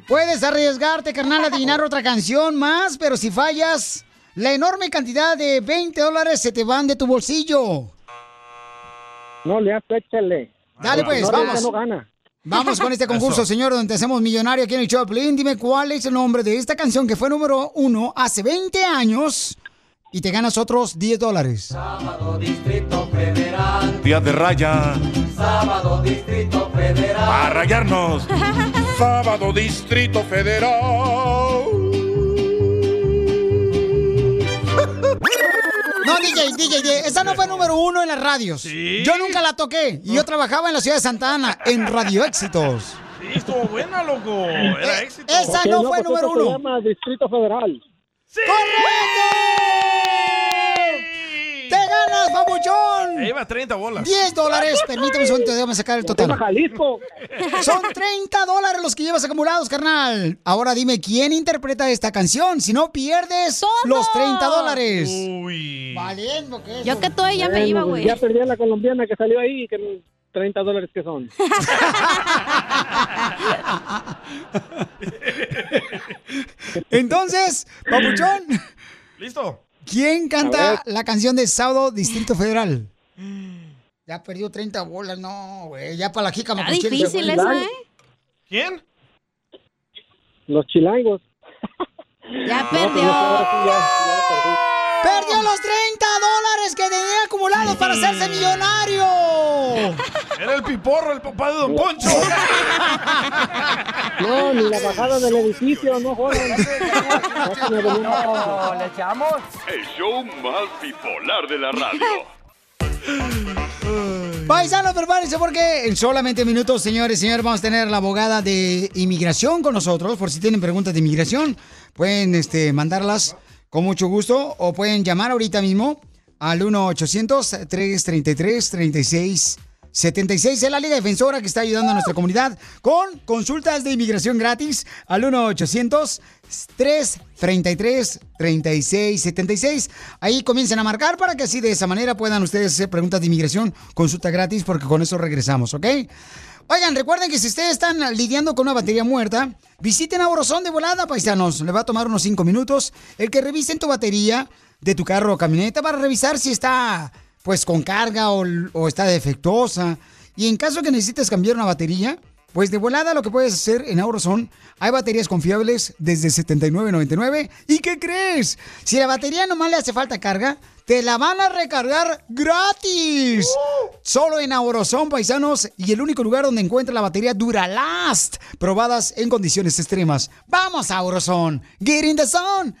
S1: Puedes arriesgarte, carnal, a adivinar otra canción más, pero si fallas, la enorme cantidad de 20 dólares se te van de tu bolsillo.
S25: No, le hace, échale.
S1: Dale,
S25: El que
S1: pues,
S25: no arriesga
S1: vamos.
S25: No gana.
S1: Vamos con este concurso,
S25: Eso.
S1: señor, donde hacemos millonario aquí en el Choplin. Dime cuál es el nombre de esta canción que fue número uno hace 20 años y te ganas otros 10 dólares.
S30: Día de raya.
S12: Sábado Distrito Federal
S30: A rayarnos. Sábado Distrito Federal.
S1: No, DJ, DJ, DJ, esa no fue número uno en las radios. Yo nunca la toqué. Y yo trabajaba en la ciudad de Santa Ana, en Radio Éxitos.
S2: Sí, estuvo buena, loco. Era
S1: Eh,
S2: éxito.
S1: esa no fue
S25: pues,
S1: número uno. Distrito Federal. ¡Correcto! ¡Te ganas, babuchón!
S2: Ahí va 30 bolas.
S1: 10 dólares, permíteme un segundo, déjame sacar el total. Jalisco! Son 30 dólares los que llevas acumulados, carnal. Ahora dime quién interpreta esta canción, si no pierdes los 30 dólares. Valiendo que
S3: Yo que todo ya me
S25: Bueno,
S3: iba,
S25: pues,
S3: güey.
S25: Ya perdí a la colombiana que salió ahí, que 30 dólares que son.
S1: Entonces, Papuchón,
S2: ¿Listo?
S1: ¿quién
S2: A
S1: canta
S2: ver.
S1: la canción de Sábado Distrito Federal? Ya perdió 30 bolas, no, güey. Ya para la jica
S3: Está
S1: macuchil,
S3: difícil
S1: güey.
S3: esa, ¿eh?
S2: ¿Quién?
S25: Los chilangos.
S3: Ya
S25: No, pues, ahora sí, ya- ya perdí.
S1: ¡Perdió los 30 dólares que tenía acumulados para hacerse millonario!
S2: Era el piporro, el papá de Don Poncho.
S25: No, ni la bajada del edificio, no jodan.
S19: No, le echamos.
S6: El show más bipolar de la radio.
S1: Paisanos, prepárense porque en solamente minutos, señores y señores, vamos a tener la abogada de inmigración con nosotros. Por si tienen preguntas de inmigración, pueden este, mandarlas con mucho gusto o pueden llamar ahorita mismo al 1-800-333-3676. es la Liga Defensora que está ayudando a nuestra comunidad con consultas de inmigración gratis al 1-800-333-3676. Ahí comiencen a marcar para que así de esa manera puedan ustedes hacer preguntas de inmigración, consulta gratis, porque con eso regresamos, ¿ok? Oigan, recuerden que si ustedes están lidiando con una batería muerta, visiten a Orozón de volada, paisanos. Le va a tomar unos 5 minutos el que revisen tu batería de tu carro o camioneta para revisar si está pues con carga o, o está defectuosa. Y en caso que necesites cambiar una batería, pues de volada lo que puedes hacer en AutoZone, hay baterías confiables desde $79.99. ¿Y qué crees? Si la batería nomás le hace falta carga, te la van a recargar gratis. Solo en AutoZone, paisanos, y el único lugar donde encuentra la batería Duralast, probadas en condiciones extremas. ¡Vamos, AutoZone! ¡Get in the zone!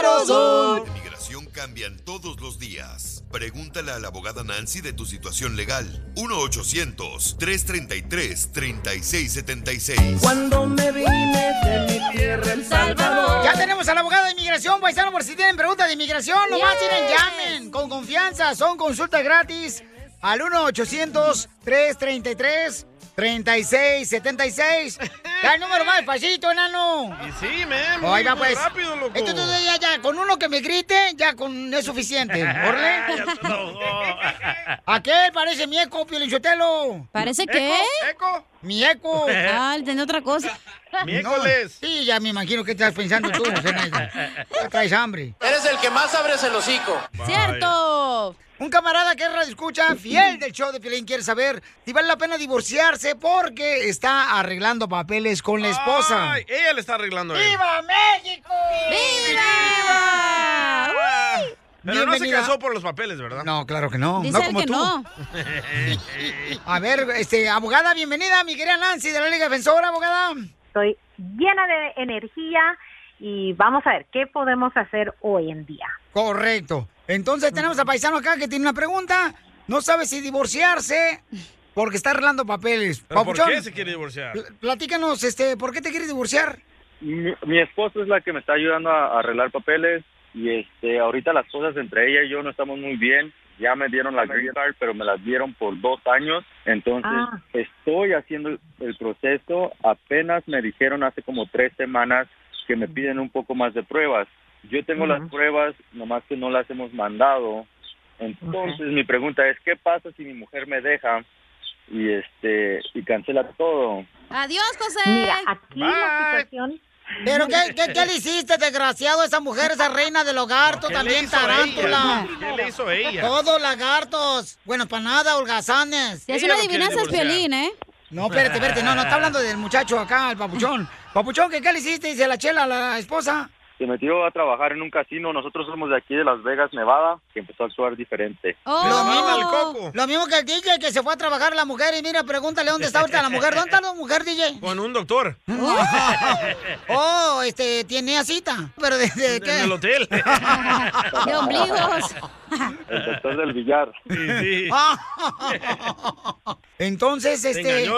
S1: AutoZone!
S5: Inmigración cambian todos los días. Pregúntale a la abogada Nancy de tu situación legal. 1-800-333-3676.
S12: Cuando me vine de mi tierra El Salvador
S1: Ya tenemos a la abogada de inmigración, paisano, por si tienen preguntas de inmigración, nomás
S12: Yes.
S1: tienen, llamen, con confianza, son consultas gratis al 1-800-333-3676.
S11: Da el número más despacito, enano.
S2: Y sí, men.
S11: Ahí va,
S2: muy
S11: pues.
S2: rápido, loco.
S11: Entonces, ya, ya, con uno que me grite, ya con es suficiente. ¿Orle? Aquel parece mi eco, Piolichotelo.
S3: ¿Parece qué?
S2: ¿Eco?
S11: Mi eco.
S3: Ah, entendí otra cosa.
S11: Miércoles. sí, ya me imagino que estás pensando tú, Zenaida. Ya Traes hambre.
S19: Eres el que más abres el hocico.
S11: ¡Cierto! Un camarada que radio escucha, fiel del show de Piolín, quiere saber si vale la pena divorciarse porque está arreglando papeles con la esposa.
S2: Ay, ella le está arreglando a él.
S11: ¡Viva México!
S12: ¡Viva!
S2: Pero
S11: Bienvenida.
S2: no se casó por los papeles, ¿verdad?
S11: No, claro que no. no como tú. A ver, este, abogada, bienvenida, mi querida Nancy de la Liga Defensora, abogada.
S31: Estoy llena de energía y vamos a ver qué podemos hacer hoy en día.
S11: Correcto. Entonces tenemos a Paisano acá que tiene una pregunta. No sabe si divorciarse porque está arreglando papeles.
S2: ¿Pero ¿Por
S11: Papuchón,
S2: qué se quiere divorciar?
S11: pl- platícanos, este, ¿por qué te quieres divorciar?
S18: mi, mi esposa es la que me está ayudando a, a arreglar papeles y este ahorita las cosas entre ella y yo no estamos muy bien. Ya me dieron la green card, pero me las dieron por dos años. Entonces
S31: Ah.
S18: estoy haciendo el- el proceso. Apenas me dijeron hace como tres semanas que me piden un poco más de pruebas. Yo tengo
S31: Ujú.
S18: las pruebas, nomás que no las hemos mandado. Entonces mi pregunta es, ¿qué pasa si mi mujer me deja y este y cancela todo?
S3: Adiós, José.
S31: Mira, aquí la
S3: Bye.
S31: situación.
S11: ¿Pero qué, qué- qué le hiciste, desgraciado, a esa mujer, esa reina del hogar? Tú
S31: ¿Qué le
S11: también,
S31: hizo
S11: tarántula.
S31: ella? ¿Qué le hizo
S2: eh?
S31: ella?
S11: Todos lagartos. Bueno, para nada, holgazanes.
S3: Si es una adivinanza, es Piolín, ¿eh?
S11: No, espérate, espérate. No, no, está hablando del muchacho acá, el papuchón. Papuchón, ¿qué, qué le hiciste? Dice la chela a la esposa.
S18: se metió a trabajar en un casino. Nosotros somos de aquí de Las Vegas, Nevada, que empezó a actuar diferente.
S11: lo, mismo, Oh. lo mismo que el DJ que se fue a trabajar la mujer y mira, pregúntale dónde está ahorita la mujer. ¿Dónde está la mujer, DJ?
S2: Con un doctor.
S11: Oh, este, tenía cita. ¿Pero desde qué?
S2: En el hotel.
S11: De ombligos.
S18: El doctor del billar.
S11: Entonces, este...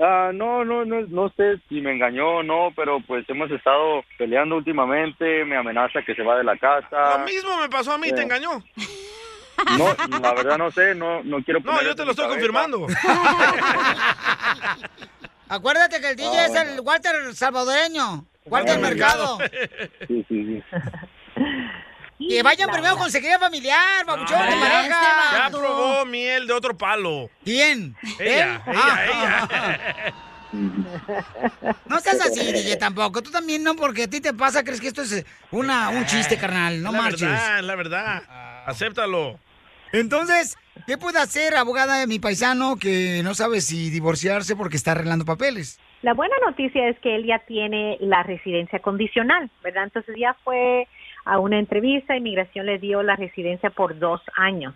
S18: Ah, no, no, no, no sé si me engañó o no, pero pues hemos estado peleando últimamente. Me amenaza que se va de la casa.
S2: Lo mismo me pasó a mí, te
S18: Eh.
S2: engañó.
S18: No, la verdad no sé, no, no quiero.
S2: No, yo te lo estoy confirmando.
S11: Acuérdate que el DJ es el
S2: Oh.
S11: Walter salvadoreño. Walter
S18: Ah,
S11: Mercado.
S18: Sí, sí, sí.
S11: Que vayan primero con seguridad familiar, babuchón, de
S2: Ah, Ya
S11: pareja.
S2: probó miel de otro palo.
S11: ¿Quién?
S2: Ella,
S11: ¿Él?
S2: ella,
S11: Ah.
S2: ella.
S11: No seas así, DJ, tampoco. Tú también no, porque a ti te pasa, crees que esto es una, un chiste, carnal. No
S2: Ah, la
S11: marches.
S2: verdad, la verdad. Acéptalo.
S11: Entonces, ¿qué puede hacer, abogada de mi paisano, que no sabe si divorciarse porque está arreglando papeles?
S31: La buena noticia es que él ya tiene la residencia condicional, ¿verdad? Entonces ya fue a una entrevista, inmigración le dio la residencia por dos años.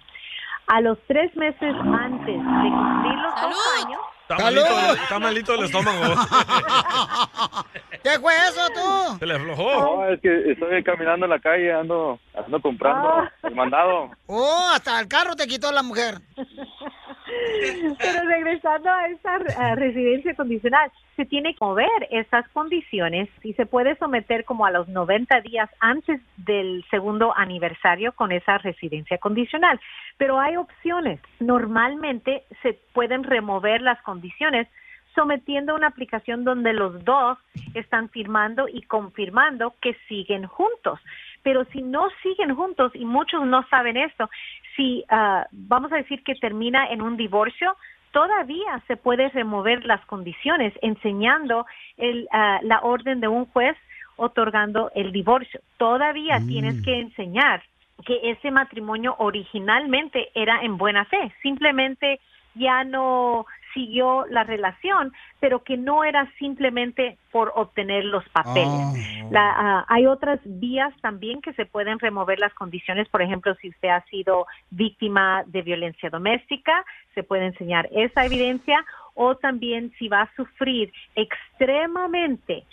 S31: A los tres meses antes de cumplir los dos años,
S2: Está
S31: ¡Salud!
S2: malito, el- está malito el estómago.
S11: ¿Qué fue eso tú?
S2: Se le aflojó.
S18: No, es que estoy caminando en la calle, ando, ando comprando el mandado.
S11: Oh, hasta el carro te quitó la mujer.
S31: Pero regresando a esa eh, residencia condicional, se tiene que mover esas condiciones y se puede someter como a los 90 días antes del segundo aniversario con esa residencia condicional. Pero hay opciones. Normalmente se pueden remover las condiciones sometiendo una aplicación donde los dos están firmando y confirmando que siguen juntos. Pero si no siguen juntos, y muchos no saben esto, si ah, vamos a decir que termina en un divorcio, todavía se puede remover las condiciones enseñando el, ah, la orden de un juez otorgando el divorcio. Todavía tienes que enseñar que ese matrimonio originalmente era en buena fe, simplemente ya no siguió la relación, pero que no era simplemente por obtener los papeles. La, ah, hay otras vías también que se pueden remover las condiciones, por ejemplo, si usted ha sido víctima de violencia doméstica, se puede enseñar esa evidencia, o también si va a sufrir extremadamente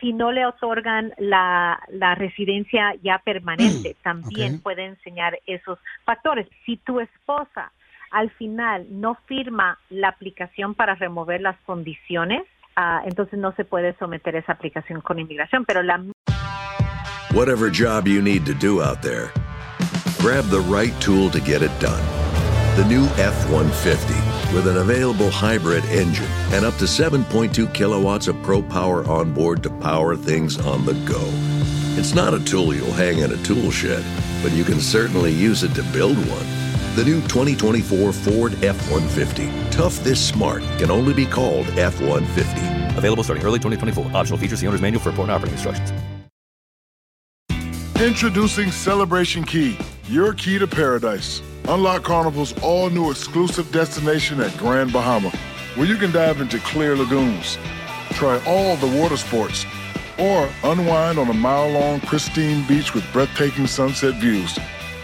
S31: si no le otorgan la, la residencia ya permanente, también
S21: ok.
S31: puede enseñar esos factores. Si tu esposa al final no firma la aplicación para remover las condiciones, ah, entonces no se puede someter esa aplicación con inmigración, pero la
S32: Whatever job you need to do out there, grab the right tool to get it done. The new F 150 With an available hybrid engine and up to 7.2 kilowatts of pro power onboard to power things on the go. It's not a tool you'll hang in a tool shed, but you can certainly use it to build one. The new 2024 Ford F 150. Tough this smart can only be called F 150.
S21: Available starting early 2024. Optional features see owner's manual for important operating instructions.
S26: Introducing Celebration Key, your key to paradise. Unlock Carnival's all new exclusive destination at Grand Bahama, where you can dive into clear lagoons, try all the water sports, or unwind on a mile long pristine beach with breathtaking sunset views.